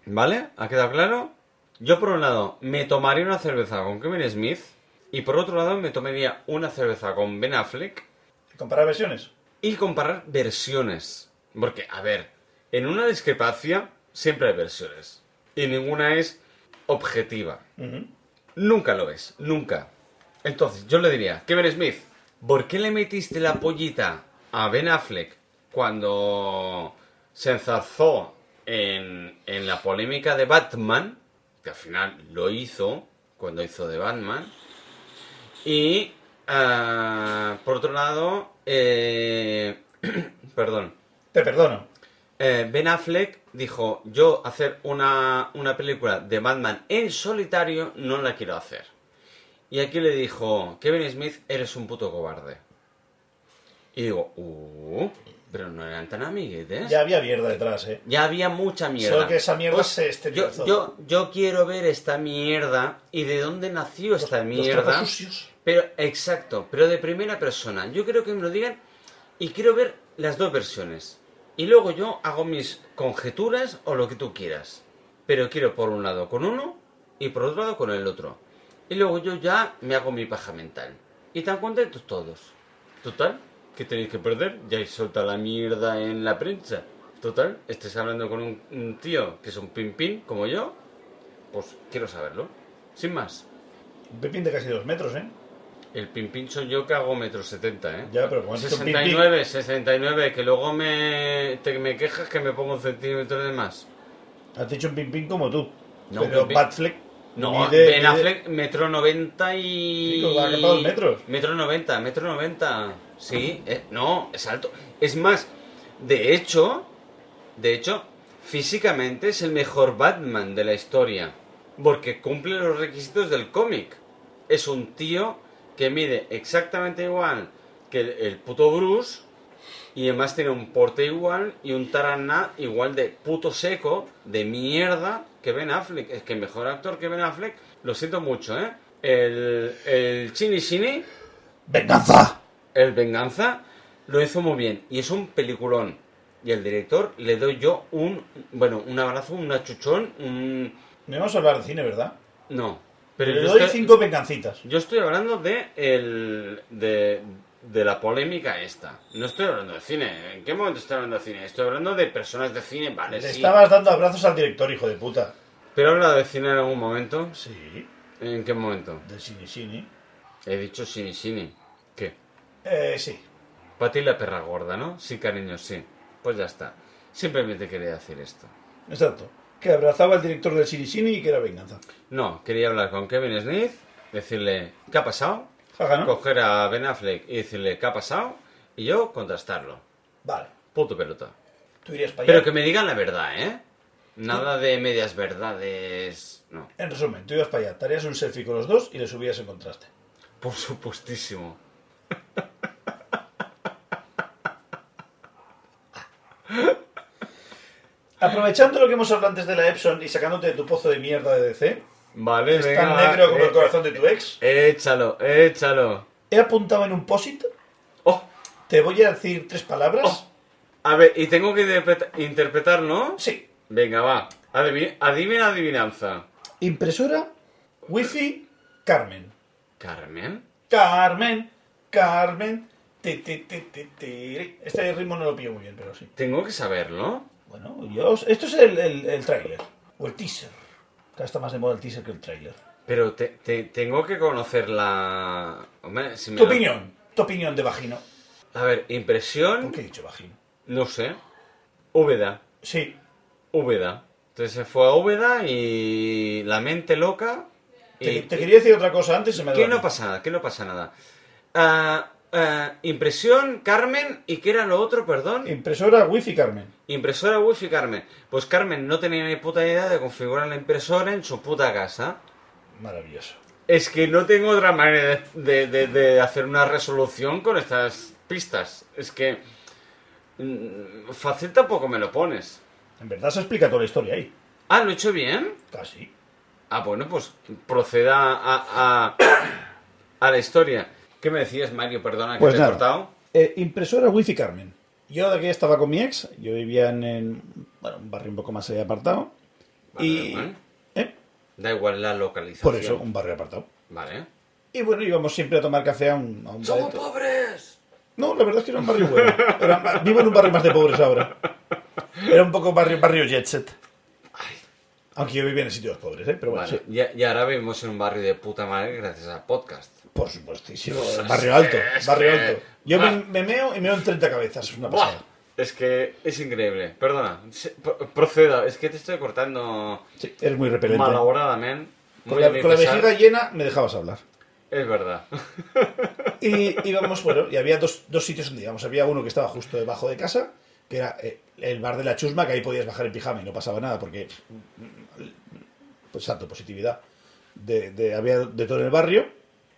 [SPEAKER 1] ¿vale? ¿Ha quedado claro? Yo por un lado me tomaría una cerveza con Kevin Smith y por otro lado me tomaría una cerveza con Ben Affleck
[SPEAKER 2] Comparar versiones.
[SPEAKER 1] y comparar versiones. Porque, a ver, en una discrepancia siempre hay versiones. Y ninguna es objetiva. Nunca lo es, nunca. Entonces, yo le diría, Kevin Smith, ¿por qué le metiste la pollita a Ben Affleck cuando se enzarzó en, en la polémica de Batman? Que al final lo hizo, cuando hizo de Batman. Y, ah, por otro lado, eh, perdón,
[SPEAKER 2] Te perdono.
[SPEAKER 1] eh, ben Affleck dijo, yo hacer una, una película de Batman en solitario no la quiero hacer. Y aquí le dijo, Kevin Smith, eres un puto cobarde. Y digo, uh, pero no eran tan amiguetes.
[SPEAKER 2] Ya había mierda detrás, ¿eh?
[SPEAKER 1] Ya había mucha mierda. Pues
[SPEAKER 2] Solo que esa mierda se
[SPEAKER 1] yo,
[SPEAKER 2] exteriorizó.
[SPEAKER 1] yo, yo quiero ver esta mierda y de dónde nació esta
[SPEAKER 2] Los
[SPEAKER 1] mierda.
[SPEAKER 2] trapos sucios.
[SPEAKER 1] Pero, exacto, pero de primera persona. Yo creo que me lo digan y quiero ver las dos versiones. Y luego yo hago mis conjeturas o lo que tú quieras. Pero quiero por un lado con uno y por otro lado con el otro. Y luego yo ya me hago mi paja mental. Y tan contentos todos. Total, ¿qué tenéis que perder? Ya hay solta la mierda en la prensa. Total, estés hablando con un, un tío que es un pimpín como yo. Pues quiero saberlo. Sin más.
[SPEAKER 2] Un pepín de casi dos metros, ¿eh?
[SPEAKER 1] El pimpín soy yo que hago metro setenta, ¿eh?
[SPEAKER 2] Ya, pero ¿cuánto
[SPEAKER 1] 69, 69, que luego me, te, me quejas que me pongo un centímetro de más.
[SPEAKER 2] Has dicho un pim-pim como tú.
[SPEAKER 1] No,
[SPEAKER 2] pero
[SPEAKER 1] pim-pim.
[SPEAKER 2] Batfleck.
[SPEAKER 1] No,
[SPEAKER 2] mide-
[SPEAKER 1] Ben
[SPEAKER 2] mide-
[SPEAKER 1] Affleck, metro 90 y...
[SPEAKER 2] Sí, ha capado el metro.
[SPEAKER 1] Metro 90, metro 90. Sí, eh, no, es alto. Es más, de hecho, de hecho, físicamente es el mejor Batman de la historia. Porque cumple los requisitos del cómic. Es un tío que mide exactamente igual que el, el puto Bruce. Y además tiene un porte igual y un taraná igual de puto seco, de mierda, que Ben Affleck. Es que mejor actor que Ben Affleck, lo siento mucho, ¿eh? El, el Chini Chini,
[SPEAKER 3] ¡Venganza!
[SPEAKER 1] el Venganza, lo hizo muy bien. Y es un peliculón. Y al director le doy yo un, bueno, un abrazo, un achuchón, un...
[SPEAKER 2] No vamos a hablar de cine, ¿verdad?
[SPEAKER 1] No. Pero
[SPEAKER 2] Le
[SPEAKER 1] yo
[SPEAKER 2] doy
[SPEAKER 1] estoy,
[SPEAKER 2] cinco vengancitas.
[SPEAKER 1] yo estoy hablando de, el, de, de la polémica esta. No estoy hablando de cine. ¿En qué momento estoy hablando de cine? Estoy hablando de personas de cine, vale,
[SPEAKER 2] Le
[SPEAKER 1] sí.
[SPEAKER 2] estabas dando abrazos al director, hijo de puta.
[SPEAKER 1] Pero he hablado de cine en algún momento.
[SPEAKER 2] Sí,
[SPEAKER 1] ¿En qué momento?
[SPEAKER 2] de cine, cine.
[SPEAKER 1] He dicho cine, cine. ¿Qué?
[SPEAKER 2] Eh, sí.
[SPEAKER 1] Para ti la perra gorda, ¿no? Sí, cariño, sí. Pues ya está. Simplemente quería decir esto.
[SPEAKER 2] Exacto. Que abrazaba al director del cine, cine y que era venganza.
[SPEAKER 1] No, quería hablar con Kevin Smith, decirle qué ha pasado,
[SPEAKER 2] Jaja, ¿no?
[SPEAKER 1] coger a Ben Affleck y decirle qué ha pasado, y yo contrastarlo.
[SPEAKER 2] Vale.
[SPEAKER 1] Puto pelota.
[SPEAKER 2] Tú irías para allá.
[SPEAKER 1] Pero que me digan la verdad, ¿eh? Nada de medias verdades. No.
[SPEAKER 2] En resumen, tú ibas para allá, te harías un selfie con los dos y le subías en contraste.
[SPEAKER 1] Por supuestísimo.
[SPEAKER 2] Aprovechando lo que hemos hablado antes de la Epson y sacándote de tu pozo de mierda de DC,
[SPEAKER 1] Vale,
[SPEAKER 2] es
[SPEAKER 1] venga.
[SPEAKER 2] tan negro como el
[SPEAKER 1] eh,
[SPEAKER 2] corazón de tu ex,
[SPEAKER 1] Échalo, échalo.
[SPEAKER 2] he apuntado en un posit,
[SPEAKER 1] Oh,
[SPEAKER 2] te voy a decir tres palabras.
[SPEAKER 1] Oh. a ver, y tengo que interpreta- interpretar, ¿no?
[SPEAKER 2] Sí.
[SPEAKER 1] Venga, va. Adivi- adivina adivinanza.
[SPEAKER 2] Impresora, wifi, Carmen.
[SPEAKER 1] ¿Carmen?
[SPEAKER 2] Carmen, Carmen. ti, ti, ti, ti, ti. Este ritmo no lo pillo muy bien, pero sí.
[SPEAKER 1] Tengo que saberlo.
[SPEAKER 2] Bueno, yo, esto es el, el, el tráiler. O el teaser. Claro, está más de moda el teaser que el tráiler.
[SPEAKER 1] Pero te, te- tengo que conocer la... Hombre, si me
[SPEAKER 2] Tu
[SPEAKER 1] la-
[SPEAKER 2] opinión. Tu opinión de vagino.
[SPEAKER 1] A ver,
[SPEAKER 2] ¿Por
[SPEAKER 1] impresión...
[SPEAKER 2] qué he dicho vagino?
[SPEAKER 1] No sé. Úbeda.
[SPEAKER 2] Sí.
[SPEAKER 1] Úbeda. Entonces se fue a Úbeda y la mente loca...
[SPEAKER 2] Te,
[SPEAKER 1] Y...
[SPEAKER 2] te quería decir otra cosa antes, se me ha
[SPEAKER 1] Que
[SPEAKER 2] dado
[SPEAKER 1] Eh, no
[SPEAKER 2] la-
[SPEAKER 1] pasa nada, que no pasa nada. Ah, ah, impresión, Carmen, ¿y qué era lo otro, perdón?
[SPEAKER 2] Impresora wifi, Carmen.
[SPEAKER 1] Impresora wifi Carmen. Pues Carmen no tenía ni puta idea de configurar la impresora en su puta casa.
[SPEAKER 2] Maravilloso.
[SPEAKER 1] Es que no tengo otra manera de, de- de hacer una resolución con estas pistas. Es que... mm, Fácil tampoco me lo pones.
[SPEAKER 2] En verdad se explica toda la historia ahí.
[SPEAKER 1] Ah, ¿lo he hecho bien?
[SPEAKER 2] Casi.
[SPEAKER 1] Ah, bueno, pues proceda a, a, a la historia. ¿Qué me decías, Mario? Perdona que
[SPEAKER 2] Pues
[SPEAKER 1] te he
[SPEAKER 2] nada.
[SPEAKER 1] cortado.
[SPEAKER 2] Eh, impresora Wifi Carmen. Yo de aquí estaba con mi ex, yo vivía en, en, bueno, un barrio un poco más allá apartado.
[SPEAKER 1] Vale,
[SPEAKER 2] y
[SPEAKER 1] vale.
[SPEAKER 2] ¿eh?
[SPEAKER 1] Da igual la localización.
[SPEAKER 2] por eso, un barrio apartado.
[SPEAKER 1] Vale.
[SPEAKER 2] Y bueno, íbamos siempre a tomar café a un, a un bareto.
[SPEAKER 1] pobres!
[SPEAKER 2] No, la verdad es que era un barrio bueno. Era ma- vivo en un barrio más de pobres ahora. Era un poco barrio, barrio jet set. Aunque yo vivía en sitios pobres, ¿eh? Pero bueno,
[SPEAKER 1] Vale.
[SPEAKER 2] sí.
[SPEAKER 1] Y, y ahora vivimos en un barrio de puta madre gracias al podcast.
[SPEAKER 2] Por supuestísimo. Barrio alto,
[SPEAKER 1] Pues es
[SPEAKER 2] barrio
[SPEAKER 1] que-
[SPEAKER 2] alto. Yo me,
[SPEAKER 1] Buah.
[SPEAKER 2] me meo y meo en 30 cabezas, es una
[SPEAKER 1] Buah,
[SPEAKER 2] pasada.
[SPEAKER 1] Es que es increíble. Perdona, se- pro- proceda. Es que te estoy cortando
[SPEAKER 2] Sí, eres muy repelente.
[SPEAKER 1] malhauradamente.
[SPEAKER 2] Con
[SPEAKER 1] Muy a
[SPEAKER 2] la,
[SPEAKER 1] mi
[SPEAKER 2] con la
[SPEAKER 1] pesar.
[SPEAKER 2] vejiga llena me dejabas hablar.
[SPEAKER 1] Es verdad.
[SPEAKER 2] Y íbamos, bueno, y había dos, dos sitios donde íbamos. Había uno que estaba justo debajo de casa, que era eh, el bar de la chusma, que ahí podías bajar en pijama y no pasaba nada, porque. mm, Pues santo, positividad. De, de- había de todo en el barrio.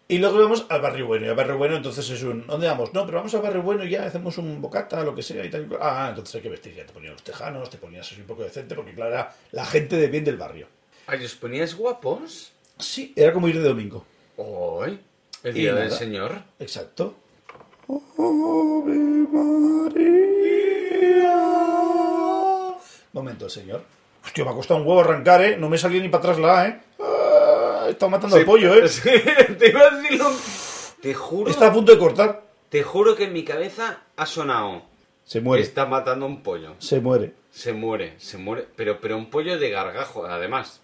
[SPEAKER 2] Y luego íbamos al barrio bueno. Y al barrio bueno, entonces es un. ¿Dónde vamos? No, pero vamos al barrio bueno y ya hacemos un bocata, lo que sea y tal. y cual. Ah, entonces hay que vestir. Ya te ponían los tejanos, te ponías así un poco decente, porque claro, era la gente de bien del barrio.
[SPEAKER 1] Ay, ¿os poníais guapos?
[SPEAKER 2] Sí, era como ir de domingo.
[SPEAKER 1] Hoy. El
[SPEAKER 2] Y
[SPEAKER 1] día del
[SPEAKER 2] nada.
[SPEAKER 1] señor.
[SPEAKER 2] Exacto. Momento, señor. Hostia, me ha costado un huevo arrancar, ¿eh? No me salía ni para atrás la A, ¿eh? Ah, está matando
[SPEAKER 1] Sí,
[SPEAKER 2] al pollo, ¿eh?
[SPEAKER 1] sí, te iba a decir lo- Te juro,
[SPEAKER 2] Está a punto de cortar.
[SPEAKER 1] te juro que en mi cabeza ha sonado.
[SPEAKER 2] Se muere.
[SPEAKER 1] Está matando un pollo.
[SPEAKER 2] Se muere.
[SPEAKER 1] Se muere, se muere. Pero, pero un pollo de gargajo, además.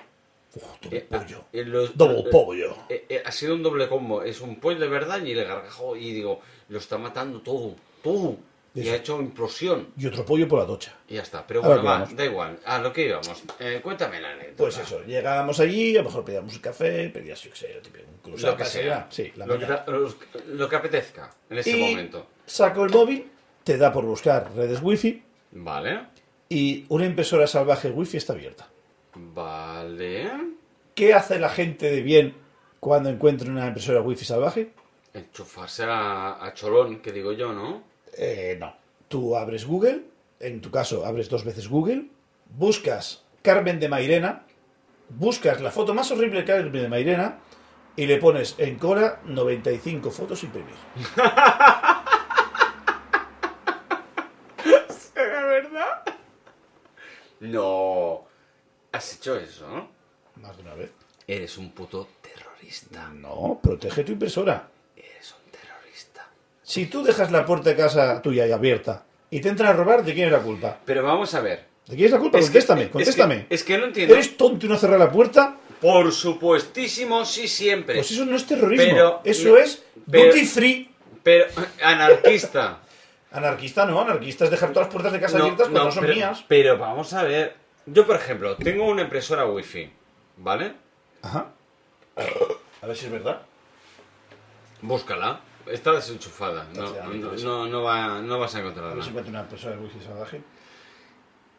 [SPEAKER 2] Uf, doble
[SPEAKER 1] Eh,
[SPEAKER 2] pollo.
[SPEAKER 1] eh, los-
[SPEAKER 2] Doble
[SPEAKER 1] eh,
[SPEAKER 2] pollo.
[SPEAKER 1] eh, eh, ha sido un doble combo. Es un pollo de verdad y el gargajo. Y digo, lo está matando todo, todo. Y
[SPEAKER 2] Eso.
[SPEAKER 1] ha hecho implosión.
[SPEAKER 2] Y otro pollo por la tocha.
[SPEAKER 1] Y ya está. Pero
[SPEAKER 2] Ahora
[SPEAKER 1] bueno,
[SPEAKER 2] que
[SPEAKER 1] va,
[SPEAKER 2] vamos.
[SPEAKER 1] da igual. A lo que íbamos. Eh, cuéntame la anécdota.
[SPEAKER 2] Pues eso, llegábamos allí, a lo mejor pedíamos un café, pedías, yo qué sé, lo típico, un cruzado.
[SPEAKER 1] lo que sea.
[SPEAKER 2] Sí, la
[SPEAKER 1] lo, que,
[SPEAKER 2] mañana.
[SPEAKER 1] da- los- lo que apetezca en ese
[SPEAKER 2] Y
[SPEAKER 1] momento.
[SPEAKER 2] Saco el móvil, te da por buscar redes wifi
[SPEAKER 1] Vale.
[SPEAKER 2] y una impresora salvaje wifi está abierta.
[SPEAKER 1] Vale.
[SPEAKER 2] ¿Qué hace la gente de bien cuando encuentra una impresora wifi salvaje?
[SPEAKER 1] Enchufarse a, a cholón, que digo yo, ¿no?
[SPEAKER 2] Eh, no. Tú abres Google, en tu caso abres dos veces Google, buscas Carmen de Mairena, buscas la foto más horrible de Carmen de Mairena y le pones en cola 95 fotos imprimir.
[SPEAKER 1] ¿Era verdad? No. ¿Has hecho eso? no?
[SPEAKER 2] Más de una vez.
[SPEAKER 1] Eres un puto terrorista.
[SPEAKER 2] No, protege tu impresora.
[SPEAKER 1] Eres un terrorista.
[SPEAKER 2] Si tú dejas la puerta de casa tuya ahí abierta y te entran a robar, ¿de quién es la culpa?
[SPEAKER 1] Pero vamos a ver.
[SPEAKER 2] ¿De quién es la culpa?
[SPEAKER 1] Es que-
[SPEAKER 2] contéstame,
[SPEAKER 1] es que-
[SPEAKER 2] contéstame.
[SPEAKER 1] Es que, no entiendo.
[SPEAKER 2] ¿Eres tonto y no cerrar la puerta?
[SPEAKER 1] Por supuestísimo, sí siempre.
[SPEAKER 2] Pues eso no es terrorismo.
[SPEAKER 1] Pero-
[SPEAKER 2] eso es
[SPEAKER 1] pero-
[SPEAKER 2] duty free.
[SPEAKER 1] Pero anarquista.
[SPEAKER 2] Anarquista no, anarquista es dejar todas las puertas de casa abiertas cuando no son
[SPEAKER 1] pero,
[SPEAKER 2] mías.
[SPEAKER 1] pero vamos a ver. Yo, por ejemplo, tengo una impresora wifi, ¿vale?
[SPEAKER 2] Ajá. A ver si es verdad.
[SPEAKER 1] Búscala. Está desenchufada. No,
[SPEAKER 2] Ya, me
[SPEAKER 1] no,
[SPEAKER 2] interesa.
[SPEAKER 1] no, no va- no vas a
[SPEAKER 2] A ver si
[SPEAKER 1] encontrarla.
[SPEAKER 2] encuentro una persona de wifi salvaje.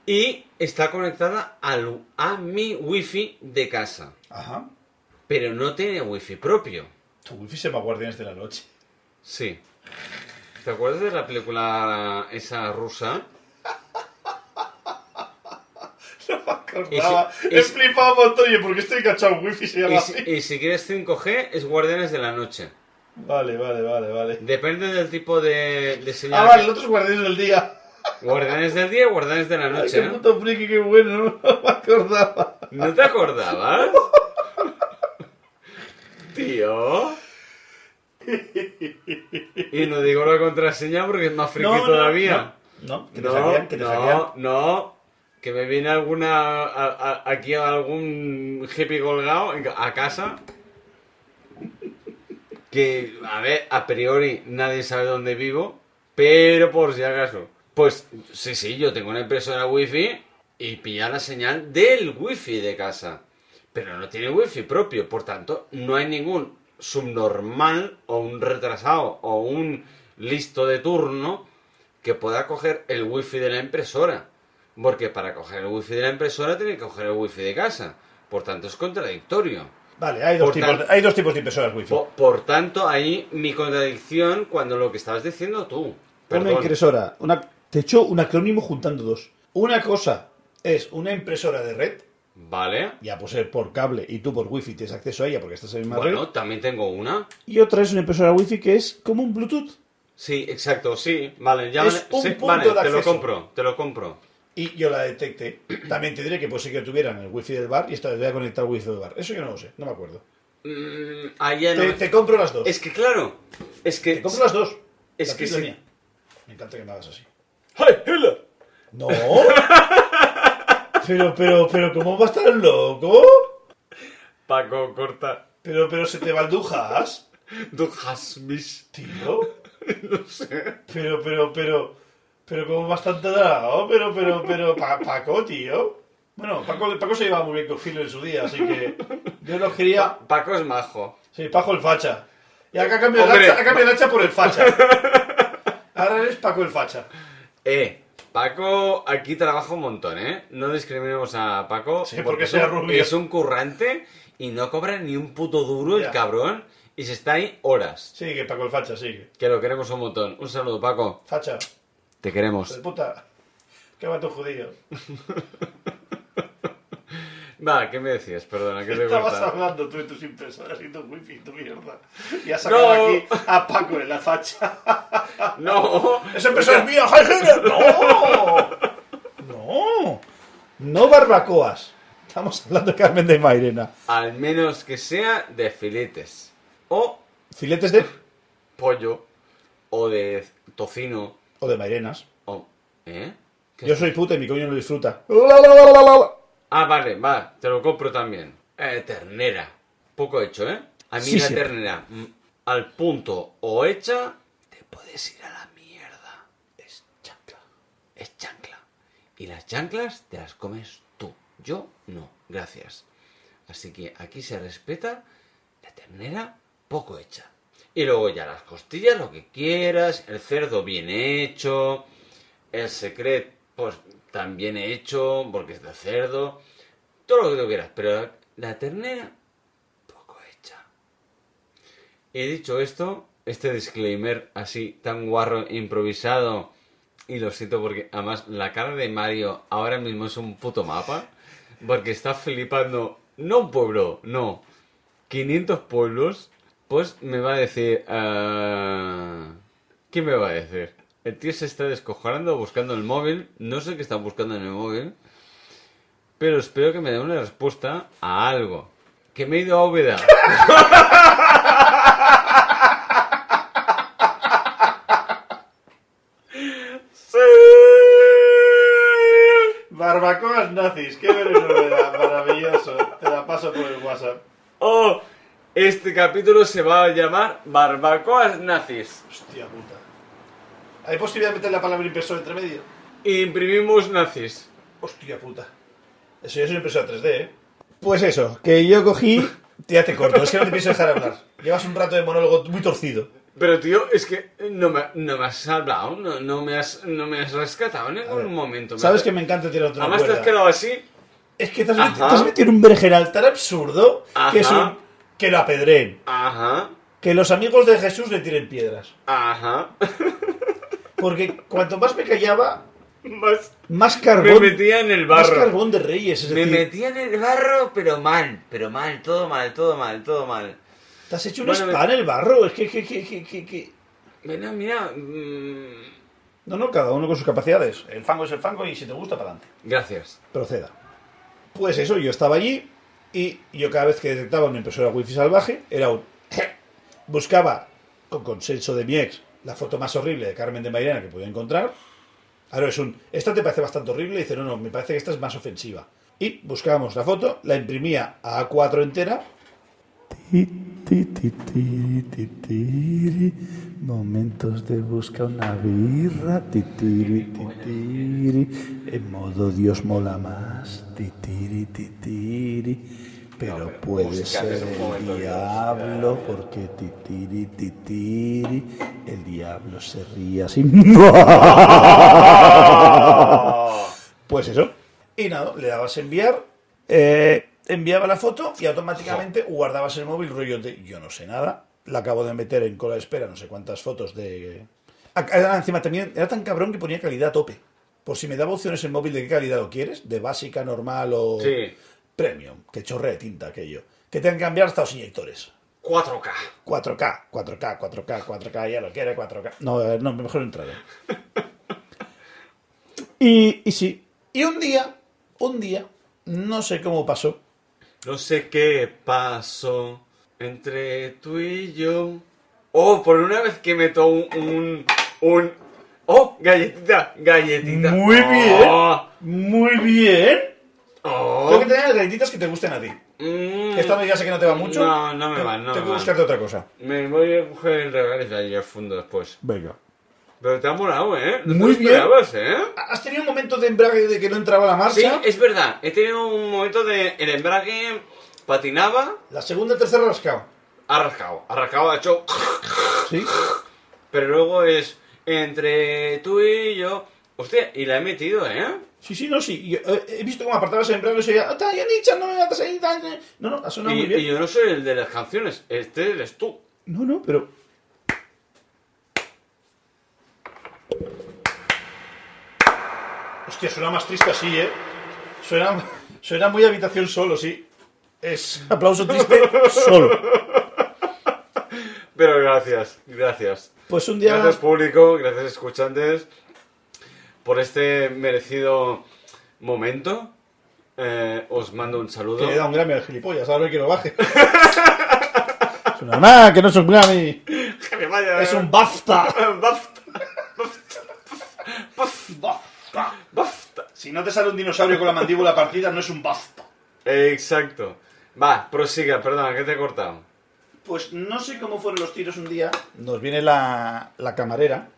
[SPEAKER 1] Y está conectada al, a mi wifi de casa.
[SPEAKER 2] Ajá.
[SPEAKER 1] Pero no tiene wifi propio.
[SPEAKER 2] Tu wifi se llama Guardianes de la Noche.
[SPEAKER 1] Sí. ¿Te acuerdas de la película esa rusa?
[SPEAKER 2] No me acordaba.
[SPEAKER 1] acordaba.
[SPEAKER 2] He
[SPEAKER 1] He
[SPEAKER 2] flipado un montón. porque estoy cachado wifi se llama
[SPEAKER 1] Y si,
[SPEAKER 2] así.
[SPEAKER 1] y si quieres 5G, es Guardianes de la Noche.
[SPEAKER 2] Vale, vale, vale, vale.
[SPEAKER 1] Depende del tipo de, de señal.
[SPEAKER 2] Ah, vale, el otro es Guardianes del Día.
[SPEAKER 1] Guardianes del día y guardianes de la
[SPEAKER 2] Ay,
[SPEAKER 1] noche.
[SPEAKER 2] qué
[SPEAKER 1] ¿eh?
[SPEAKER 2] puto friki, qué bueno. No me acordaba.
[SPEAKER 1] ¿No te acordabas? Tío. Y no digo la contraseña porque es más friki todavía.
[SPEAKER 2] No, no, que te
[SPEAKER 1] No,
[SPEAKER 2] hackean, que te hackean.
[SPEAKER 1] no, no. Que me viene alguna. a- a- aquí algún hippie colgado en ca- a casa. Que, a ver, a priori nadie sabe dónde vivo. Pero por si acaso. Pues sí, sí, yo tengo una impresora wifi y pilla la señal del wifi de casa. Pero no tiene wifi propio, por tanto, no hay ningún subnormal o un retrasado o un listo de turno que pueda coger el wifi de la impresora. Porque para coger el wifi de la impresora tiene que coger el wifi de casa. Por tanto, es contradictorio.
[SPEAKER 2] Vale, hay dos,
[SPEAKER 1] Por
[SPEAKER 2] tipos,
[SPEAKER 1] tal-
[SPEAKER 2] hay dos tipos de impresoras wifi.
[SPEAKER 1] Po- Por, tanto, ahí mi contradicción cuando lo que estabas diciendo tú.
[SPEAKER 2] Una
[SPEAKER 1] Perdón.
[SPEAKER 2] impresora. Una, te echo un acrónimo juntando dos. Una cosa es una impresora de red.
[SPEAKER 1] Vale.
[SPEAKER 2] Ya pues ser por cable y tú por wifi tienes acceso a ella porque estás en la misma
[SPEAKER 1] Bueno,
[SPEAKER 2] red.
[SPEAKER 1] también tengo una.
[SPEAKER 2] Y otra es una impresora wifi que es como un Bluetooth.
[SPEAKER 1] Sí, exacto, sí. Vale, ya
[SPEAKER 2] Es
[SPEAKER 1] vale,
[SPEAKER 2] un
[SPEAKER 1] sí,
[SPEAKER 2] punto
[SPEAKER 1] vale,
[SPEAKER 2] de
[SPEAKER 1] te lo
[SPEAKER 2] acceso.
[SPEAKER 1] compro, te lo compro.
[SPEAKER 2] Y yo la detecté. También te diré que pues sí que tuvieran el wifi del bar y esta vez voy a conectar al wifi del bar. Eso yo no lo sé, no me acuerdo.
[SPEAKER 1] Mm, ahí ya no
[SPEAKER 2] Te,
[SPEAKER 1] me-
[SPEAKER 2] te compro las dos.
[SPEAKER 1] Es que claro, es que...
[SPEAKER 2] Te compro las dos.
[SPEAKER 1] es
[SPEAKER 2] La
[SPEAKER 1] que
[SPEAKER 2] tuya y la
[SPEAKER 1] sí.
[SPEAKER 2] mía. Me encanta que me hagas así.
[SPEAKER 1] ¡Ay, hola!
[SPEAKER 2] No. Pero, pero, pero, ¿cómo vas tan loco?
[SPEAKER 1] Paco, corta.
[SPEAKER 2] Pero, pero, se te va el Dujas,
[SPEAKER 1] Du hast mich.
[SPEAKER 2] tío.
[SPEAKER 1] No sé.
[SPEAKER 2] Pero, pero, pero, pero, ¿cómo vas tan tarado? Pero, pero, pero, Pa- Paco, tío. Bueno, Paco, Paco se llevaba muy bien con Gil en su día, así que yo los quería.
[SPEAKER 1] Paco es majo.
[SPEAKER 2] Sí, Paco el facha. Y acá cambia el
[SPEAKER 1] Hombre,
[SPEAKER 2] hacha, ha cambiado el hacha por el facha. Ahora eres Paco el facha.
[SPEAKER 1] Eh, Paco aquí trabaja un montón, ¿eh? No discriminemos a Paco.
[SPEAKER 2] Sí, porque sea
[SPEAKER 1] es un-
[SPEAKER 2] rubio.
[SPEAKER 1] Es un currante y no cobra ni un puto duro
[SPEAKER 2] Ya.
[SPEAKER 1] el cabrón. Y se está ahí horas.
[SPEAKER 2] Sí, que Paco el facha, sí.
[SPEAKER 1] Que lo queremos un montón. Un saludo, Paco.
[SPEAKER 2] Facha,
[SPEAKER 1] Te
[SPEAKER 2] hijo de
[SPEAKER 1] queremos.
[SPEAKER 2] puta. ¿Qué va tu judío?
[SPEAKER 1] Va, ¿qué me decías? Perdona, que te
[SPEAKER 2] Estabas
[SPEAKER 1] corta.
[SPEAKER 2] hablando tú y tus impresoras y tu wifi y tu mierda. Y has sacado
[SPEAKER 1] No.
[SPEAKER 2] aquí a Paco en la facha.
[SPEAKER 1] No.
[SPEAKER 2] ¡Esa empresa es mía, Heidegger! ¡No! ¡No! No barbacoas. Estamos hablando de Carmen de Mairena.
[SPEAKER 1] Al menos que sea de filetes. O
[SPEAKER 2] Filetes de...
[SPEAKER 1] pollo. O de tocino.
[SPEAKER 2] o de Mairenas.
[SPEAKER 1] O... ¿Eh? ¿Qué
[SPEAKER 2] Yo soy puta y mi coño no disfruta.
[SPEAKER 1] Ah, vale, va, te lo compro también. Eh, ternera. Poco hecho, ¿eh? A mí
[SPEAKER 2] Sí,
[SPEAKER 1] la
[SPEAKER 2] sí.
[SPEAKER 1] ternera mm, al punto o hecha, te puedes ir a la mierda. Es chancla. Es chancla. Y las chanclas te las comes tú. Yo no. Gracias. Así que aquí se respeta la ternera poco hecha. Y luego ya las costillas, lo que quieras, el cerdo bien hecho, el secret, pues también hecho, porque es de cerdo, todo lo que tú quieras, pero la ternera, poco hecha. He dicho esto, este disclaimer así tan guarro, improvisado, y lo siento porque además la cara de Mario ahora mismo es un puto mapa, porque está flipando, no un pueblo, no, 500 pueblos, pues me va a decir... ah, ¿Qué me va a decir? El tío se está descojonando buscando el móvil. No sé qué está buscando en el móvil. Pero espero que me dé una respuesta a algo. Que me he ido a Óveda. ¡Sí!
[SPEAKER 2] Barbacoas nazis. Qué verdad, Maravilloso. Te la paso por el WhatsApp.
[SPEAKER 1] Oh, este capítulo se va a llamar Barbacoas Nazis.
[SPEAKER 2] Hostia puta. ¿Hay posibilidad de meter la palabra impresor entre medio?
[SPEAKER 1] Imprimimos nazis.
[SPEAKER 2] Hostia puta. Eso ya es una impresora 3D, ¿eh? Pues eso, que yo cogí... Ya te corto, es que no te pienso dejar hablar. Llevas un rato de monólogo muy torcido.
[SPEAKER 1] Pero tío, es que no me, no me has salvado, no, no me has, no me has rescatado en
[SPEAKER 2] A ver,
[SPEAKER 1] ningún momento. Me
[SPEAKER 2] Sabes
[SPEAKER 1] has-
[SPEAKER 2] que me encanta tirar otra
[SPEAKER 1] Además te has
[SPEAKER 2] cuerda.
[SPEAKER 1] quedado así.
[SPEAKER 2] Es que te has,
[SPEAKER 1] Ajá.
[SPEAKER 2] metido, te has metido en un vergenal tan absurdo que es
[SPEAKER 1] Ajá.
[SPEAKER 2] un... Que lo apedreen.
[SPEAKER 1] Ajá,
[SPEAKER 2] Que los amigos de Jesús le tiren piedras.
[SPEAKER 1] ajá.
[SPEAKER 2] Porque cuanto más me callaba,
[SPEAKER 1] Más-
[SPEAKER 2] más
[SPEAKER 1] me
[SPEAKER 2] carbón...
[SPEAKER 1] metía en el
[SPEAKER 2] más
[SPEAKER 1] barro.
[SPEAKER 2] carbón de reyes. Es
[SPEAKER 1] Me
[SPEAKER 2] decir,
[SPEAKER 1] metía en el barro, pero mal, pero mal, todo mal, todo mal, todo mal.
[SPEAKER 2] te has hecho un
[SPEAKER 1] Bueno, me-
[SPEAKER 2] spa en el barro. Es que- que- que- que, que, que...
[SPEAKER 1] Bueno, mira. mm,
[SPEAKER 2] No, no, cada uno con sus capacidades. El fango es el fango y si te gusta, para adelante.
[SPEAKER 1] gracias.
[SPEAKER 2] Proceda. Pues eso, yo estaba allí y yo cada vez que detectaba una impresora wifi salvaje, era un... Buscaba, con consenso de mi ex, la foto más horrible de Carmen de Mairena que pude encontrar. Ahora es un... Esta te parece bastante horrible. Y dice, no, no, me parece que esta es más ofensiva. Y buscábamos la foto, la imprimía a A4 entera.
[SPEAKER 5] Titiri, momentos de busca una birra, titiri, titiri, en modo Dios mola más, titiri, titiri, pero puede
[SPEAKER 1] música, es
[SPEAKER 5] ser
[SPEAKER 1] un momento
[SPEAKER 5] el
[SPEAKER 1] de Dios.
[SPEAKER 5] diablo porque titiri, titiri, el diablo se ríe así.
[SPEAKER 2] Pues eso. Y nada, le dabas a enviar, eh, enviaba la foto y automáticamente guardabas el móvil rollo de yo no sé nada. La acabo de meter en cola de espera, no sé cuántas fotos de... Ah, ah, Encima también era tan cabrón que ponía calidad a tope. Por si me daba opciones el móvil de qué calidad lo quieres, de básica, normal o
[SPEAKER 1] Sí,
[SPEAKER 2] premium, que chorre de tinta aquello. Que te han cambiado hasta los inyectores.
[SPEAKER 1] 4K.
[SPEAKER 2] 4K, 4K, 4K, 4K, ya lo quiere, 4K. No, eh, no, mejor entrar. Y, y sí. Y un día, un día, no sé cómo pasó.
[SPEAKER 1] No sé qué pasó entre tú y yo. Oh, por una vez que meto un. un, un- Oh, galletita, galletita.
[SPEAKER 2] Muy bien.
[SPEAKER 1] Oh,
[SPEAKER 2] Muy bien.
[SPEAKER 1] Oh.
[SPEAKER 2] Tengo que tener galletitas que te gusten a ti.
[SPEAKER 1] Mm.
[SPEAKER 2] Esta vez ya sé que no te va mucho.
[SPEAKER 1] No, no me
[SPEAKER 2] Te-
[SPEAKER 1] van, no
[SPEAKER 2] Tengo
[SPEAKER 1] me
[SPEAKER 2] que
[SPEAKER 1] van.
[SPEAKER 2] buscarte otra cosa.
[SPEAKER 1] Me voy a coger el regalo de ahí al fondo después.
[SPEAKER 2] Venga.
[SPEAKER 1] Pero te ha molado, ¿eh? No te
[SPEAKER 2] Muy
[SPEAKER 1] lo esperabas, ¿eh?
[SPEAKER 2] ¿Has tenido un momento de embrague de que no entraba la
[SPEAKER 1] Sí,
[SPEAKER 2] marcha?
[SPEAKER 1] es verdad. He tenido un momento de... El embrague patinaba,
[SPEAKER 2] La segunda, tercera rascado.
[SPEAKER 1] ha rascado. Ha rascado, ha hecho...
[SPEAKER 2] Sí.
[SPEAKER 1] Pero luego es... Entre tú y yo... Hostia, y la he metido, ¿eh?
[SPEAKER 2] Sí, sí, no, sí. Yo, eh, he visto cómo apartabas el embrague y se oía, "Ah, ya ni chan, no me matas ahí, tan, eh". No, no, ha sonado muy
[SPEAKER 1] Y,
[SPEAKER 2] bien.
[SPEAKER 1] y yo no soy el de las canciones. Este eres tú.
[SPEAKER 2] No, no, pero. Hostia, suena más triste así, ¿eh? Suena, suena muy habitación solo, sí. Es aplauso triste solo.
[SPEAKER 1] Pero gracias, gracias.
[SPEAKER 2] Pues un día.
[SPEAKER 1] Gracias público, gracias escuchantes por este merecido momento. Eh, os mando un
[SPEAKER 2] Que le da
[SPEAKER 1] saludo.
[SPEAKER 2] un Grammy al gilipollas, ahora que lo baje. Suena nada, que no es un Grammy.
[SPEAKER 1] Que vaya,
[SPEAKER 2] Es un BAFTA.
[SPEAKER 1] Bafta,
[SPEAKER 2] BAFTA.
[SPEAKER 1] bafta.
[SPEAKER 2] Si no te sale un dinosaurio con la mandíbula partida, no es un BAFTA.
[SPEAKER 1] Exacto. Va, prosiga, perdona, que te he cortado.
[SPEAKER 2] Pues no sé cómo fueron los tiros un día. Nos viene la, la camarera.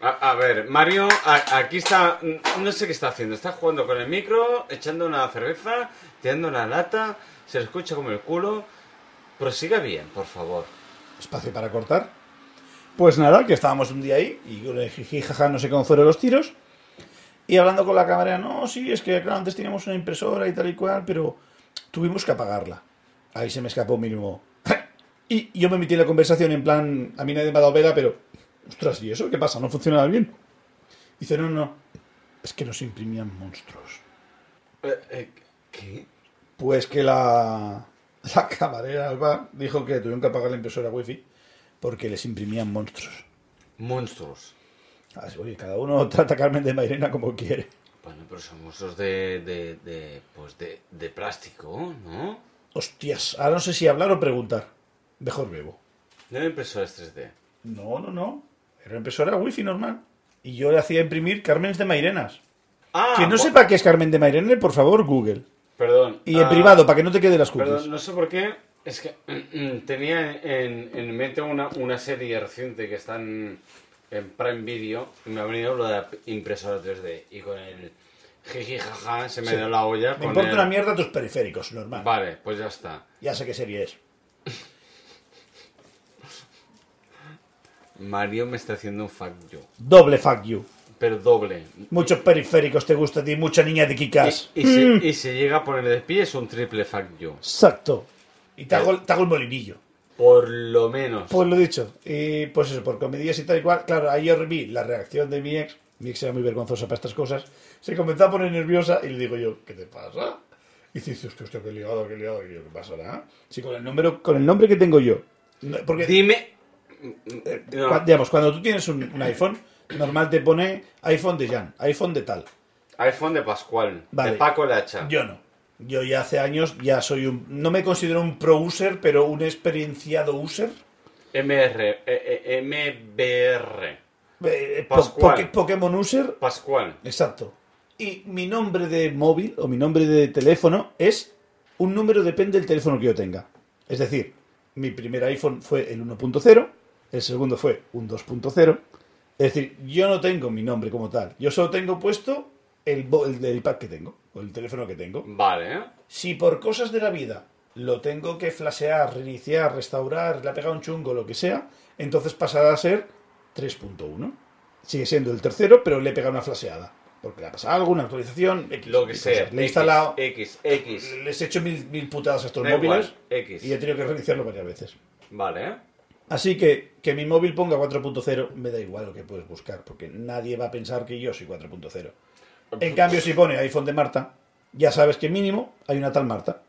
[SPEAKER 1] A, a ver, Mario, a- aquí está, no sé qué está haciendo, está jugando con el micro, echando una cerveza, tirando una lata, se le escucha como el culo. Prosiga bien, por favor.
[SPEAKER 2] espacio para cortar. Pues nada, que estábamos un día ahí y yo le dije, "Jiji, jaja, no sé cómo fueron los tiros. Y hablando con la camarera, no, sí, es que claro, antes teníamos una impresora y tal y cual, pero tuvimos que apagarla. Ahí se me escapó mínimo. Y yo me metí en la conversación en plan, a mí nadie me ha dado vela, pero, ostras, ¿y eso qué pasa? ¿No funcionaba bien? Dice, no, no, es que nos imprimían monstruos.
[SPEAKER 1] Eh, eh, ¿Qué?
[SPEAKER 2] Pues que la, la camarera del bar dijo que tuvieron que apagar la impresora wifi porque les imprimían monstruos.
[SPEAKER 1] Monstruos.
[SPEAKER 2] Ah, sí, oye, cada uno trata a Carmen de Mairena como quiere.
[SPEAKER 1] Bueno, pero son monstruos de, de, de, pues de, de plástico, ¿no?
[SPEAKER 2] Hostias, ahora no sé si hablar o preguntar. Mejor bebo.
[SPEAKER 1] No hay impresoras 3D.
[SPEAKER 2] No, no, no. Era impresora wifi normal. Y yo le hacía imprimir Carmen de Mairenas.
[SPEAKER 1] Ah,
[SPEAKER 2] que no
[SPEAKER 1] bu-
[SPEAKER 2] sepa qué es Carmen de Mairena, por favor, Google.
[SPEAKER 1] Perdón.
[SPEAKER 2] Y en
[SPEAKER 1] ah,
[SPEAKER 2] privado, para que no te quede las cookies.
[SPEAKER 1] Perdón, no sé por qué. Es que mm, mm, tenía en, en mente una, una serie reciente que está en, en Prime Video y me ha venido lo de la impresora 3D. Y con el jiji jaja se me
[SPEAKER 2] Sí.
[SPEAKER 1] dio la olla.
[SPEAKER 2] Me
[SPEAKER 1] con
[SPEAKER 2] importa
[SPEAKER 1] el-
[SPEAKER 2] una mierda tus periféricos, normal.
[SPEAKER 1] Vale, pues ya está.
[SPEAKER 2] Ya sé qué serie es.
[SPEAKER 1] Mario me está haciendo un fuck you.
[SPEAKER 2] Doble fuck you.
[SPEAKER 1] Pero doble.
[SPEAKER 2] Muchos periféricos te gusta a ti, mucha niña de Kikas.
[SPEAKER 1] Y, y si, y si llega a poner de pie es un triple fuck you.
[SPEAKER 2] Exacto. Y
[SPEAKER 1] Eh.
[SPEAKER 2] te hago, te hago el molinillo.
[SPEAKER 1] Por lo menos.
[SPEAKER 2] Pues lo dicho, y pues eso, por comedias y tal y cual. Claro, ayer vi la reacción de mi ex. Mi ex era muy vergonzosa para estas cosas. Se comenzó a poner nerviosa y le digo yo, ¿qué te pasa? Y dice, hostia, hostia, qué liado, qué liado. Y yo, ¿qué pasará? Sí, con el, número, con el nombre que tengo yo. No, Porque,
[SPEAKER 1] Dime.
[SPEAKER 2] eh,
[SPEAKER 1] no.
[SPEAKER 2] cua- digamos, cuando tú tienes un, un iPhone, normal te pone iPhone de Jan, iPhone de tal.
[SPEAKER 1] iPhone de Pascual.
[SPEAKER 2] Vale.
[SPEAKER 1] De Paco Lacha.
[SPEAKER 2] Yo no. Yo ya hace años ya soy un... No me considero un pro user, pero un experienciado user.
[SPEAKER 1] MR. eh, eh, MBR.
[SPEAKER 2] Eh, eh, po-
[SPEAKER 1] Pascual.
[SPEAKER 2] poke- Pokémon user
[SPEAKER 1] Pascual.
[SPEAKER 2] Exacto. Y mi nombre de móvil o mi nombre de teléfono es un número, depende del teléfono que yo tenga. Es decir, mi primer iPhone fue el 1.0, el segundo fue un 2.0. Es decir, yo no tengo mi nombre como tal. Yo solo tengo puesto el, bo- el del iPad que tengo, o el teléfono que tengo.
[SPEAKER 1] Vale, ¿eh?
[SPEAKER 2] Si por cosas de la vida lo tengo que flashear, reiniciar, restaurar, le ha pegado un chungo, lo que sea, entonces pasará a ser 3.1. Sigue siendo el tercero, pero le he pegado una flasheada. Porque le ha pasado algo, una actualización, X,
[SPEAKER 1] Lo que
[SPEAKER 2] X
[SPEAKER 1] sea.
[SPEAKER 2] cosas. Le he
[SPEAKER 1] X,
[SPEAKER 2] instalado,
[SPEAKER 1] X, X.
[SPEAKER 2] les he hecho mil, mil putadas a estos
[SPEAKER 1] Da
[SPEAKER 2] móviles
[SPEAKER 1] igual, X.
[SPEAKER 2] y he tenido que reiniciarlo varias veces.
[SPEAKER 1] Vale, ¿eh?
[SPEAKER 2] Así que que mi móvil ponga 4.0 me da igual lo que puedes buscar, porque nadie va a pensar que yo soy 4.0. En cambio, si pone iPhone de Marta, ya sabes que mínimo hay una tal Marta.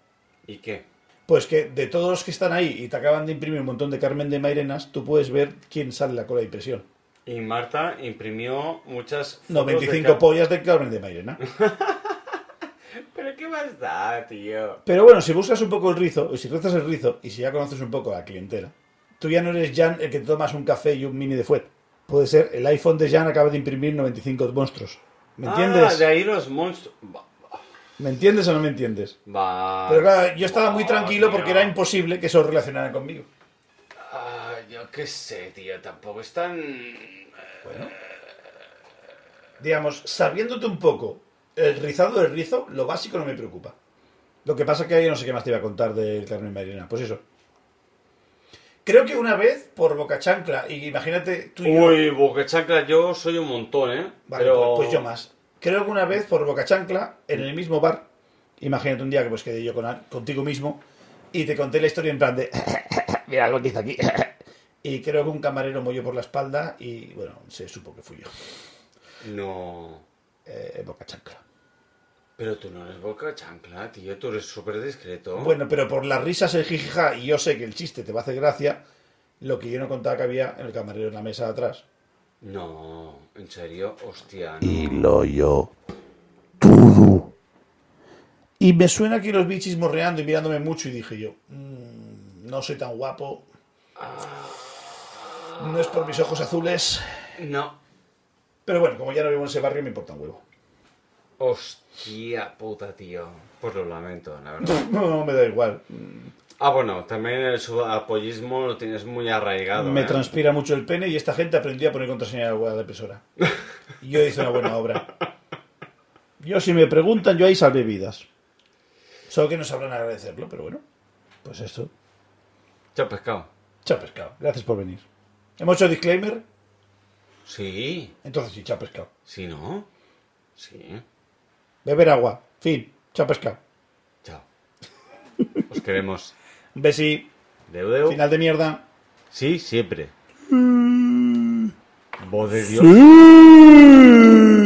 [SPEAKER 1] ¿Y qué?
[SPEAKER 2] Pues que de todos los que están ahí y te acaban de imprimir un montón de Carmen de Mairenas, tú puedes ver quién sale en la cola de impresión.
[SPEAKER 1] Y Marta imprimió muchas. fotos de
[SPEAKER 2] 95
[SPEAKER 1] ca-
[SPEAKER 2] pollas de Carmen de Mairena.
[SPEAKER 1] Pero qué más da, tío.
[SPEAKER 2] Pero bueno, si buscas un poco el rizo, y si rezas el rizo, y si ya conoces un poco a la clientela, tú ya no eres Jan el que te tomas un café y un mini de fuet. Puede ser, el iPhone de Jan acaba de imprimir 95 monstruos. ¿Me
[SPEAKER 1] Ah,
[SPEAKER 2] entiendes?
[SPEAKER 1] de ahí los monstruos.
[SPEAKER 2] ¿Me entiendes o no me entiendes?
[SPEAKER 1] Va.
[SPEAKER 2] Pero claro,
[SPEAKER 1] ah,
[SPEAKER 2] yo estaba muy
[SPEAKER 1] va,
[SPEAKER 2] tranquilo
[SPEAKER 1] tío.
[SPEAKER 2] porque era imposible que eso relacionara conmigo.
[SPEAKER 1] Ah, yo qué sé, tío, tampoco es tan.
[SPEAKER 2] Digamos, sabiéndote un poco el rizado del rizo, lo básico no me preocupa. Lo que pasa es que ahí no sé qué más te iba a contar del Carmen Marina. Pues eso. Creo que una vez por Boca Chancla, y imagínate tú y yo.
[SPEAKER 1] Uy, boca chancla, yo soy un montón, ¿eh?
[SPEAKER 2] Vale,
[SPEAKER 1] Pero-
[SPEAKER 2] pues, pues yo más. Creo que una vez por Boca Chancla, en el mismo bar, imagínate un día que pues quedé yo con, contigo mismo y te conté la historia en plan de. Mira lo que hice aquí. y creo que un camarero molló por la espalda y bueno, se supo que fui yo.
[SPEAKER 1] No.
[SPEAKER 2] Eh, Boca Chancla.
[SPEAKER 1] Pero tú no eres boca chancla, tío, tú eres súper discreto.
[SPEAKER 2] Bueno, pero por las risas, el jijija, y yo sé que el chiste te va a hacer gracia, lo que yo no contaba que había en el camarero en la mesa de atrás.
[SPEAKER 1] No, en serio, hostia. no.
[SPEAKER 5] Y lo yo. Todo.
[SPEAKER 2] Y me suena que los bichis morreando y mirándome mucho y dije yo, "Mm, no soy tan guapo. No es por mis ojos azules.
[SPEAKER 1] No.
[SPEAKER 2] Pero bueno, como ya no vivo en ese barrio, me importa un huevo.
[SPEAKER 1] Hostia puta, tío. Pues lo lamento, la verdad.
[SPEAKER 2] No, me da igual.
[SPEAKER 1] Ah, bueno, también el apollismo lo tienes muy arraigado.
[SPEAKER 2] Me
[SPEAKER 1] ¿eh?
[SPEAKER 2] transpira mucho el pene y esta gente aprendió a poner contraseña en la impresora. Y yo hice una buena obra. Yo, si me preguntan, yo ahí salvé vidas. Solo que no sabrán agradecerlo, pero bueno. Pues esto.
[SPEAKER 1] Chao, pescado.
[SPEAKER 2] Chao pescado. Gracias por venir. ¿Hemos hecho disclaimer?
[SPEAKER 1] Sí,
[SPEAKER 2] Entonces sí, chao pescado.
[SPEAKER 1] sí, ¿no? Sí.
[SPEAKER 2] Beber agua. Fin. Chao pescado.
[SPEAKER 1] Chao. Os queremos.
[SPEAKER 2] Un besi.
[SPEAKER 1] Deu, deu.
[SPEAKER 2] Final de mierda.
[SPEAKER 1] Sí, siempre. Voz de Dios.
[SPEAKER 5] Mm.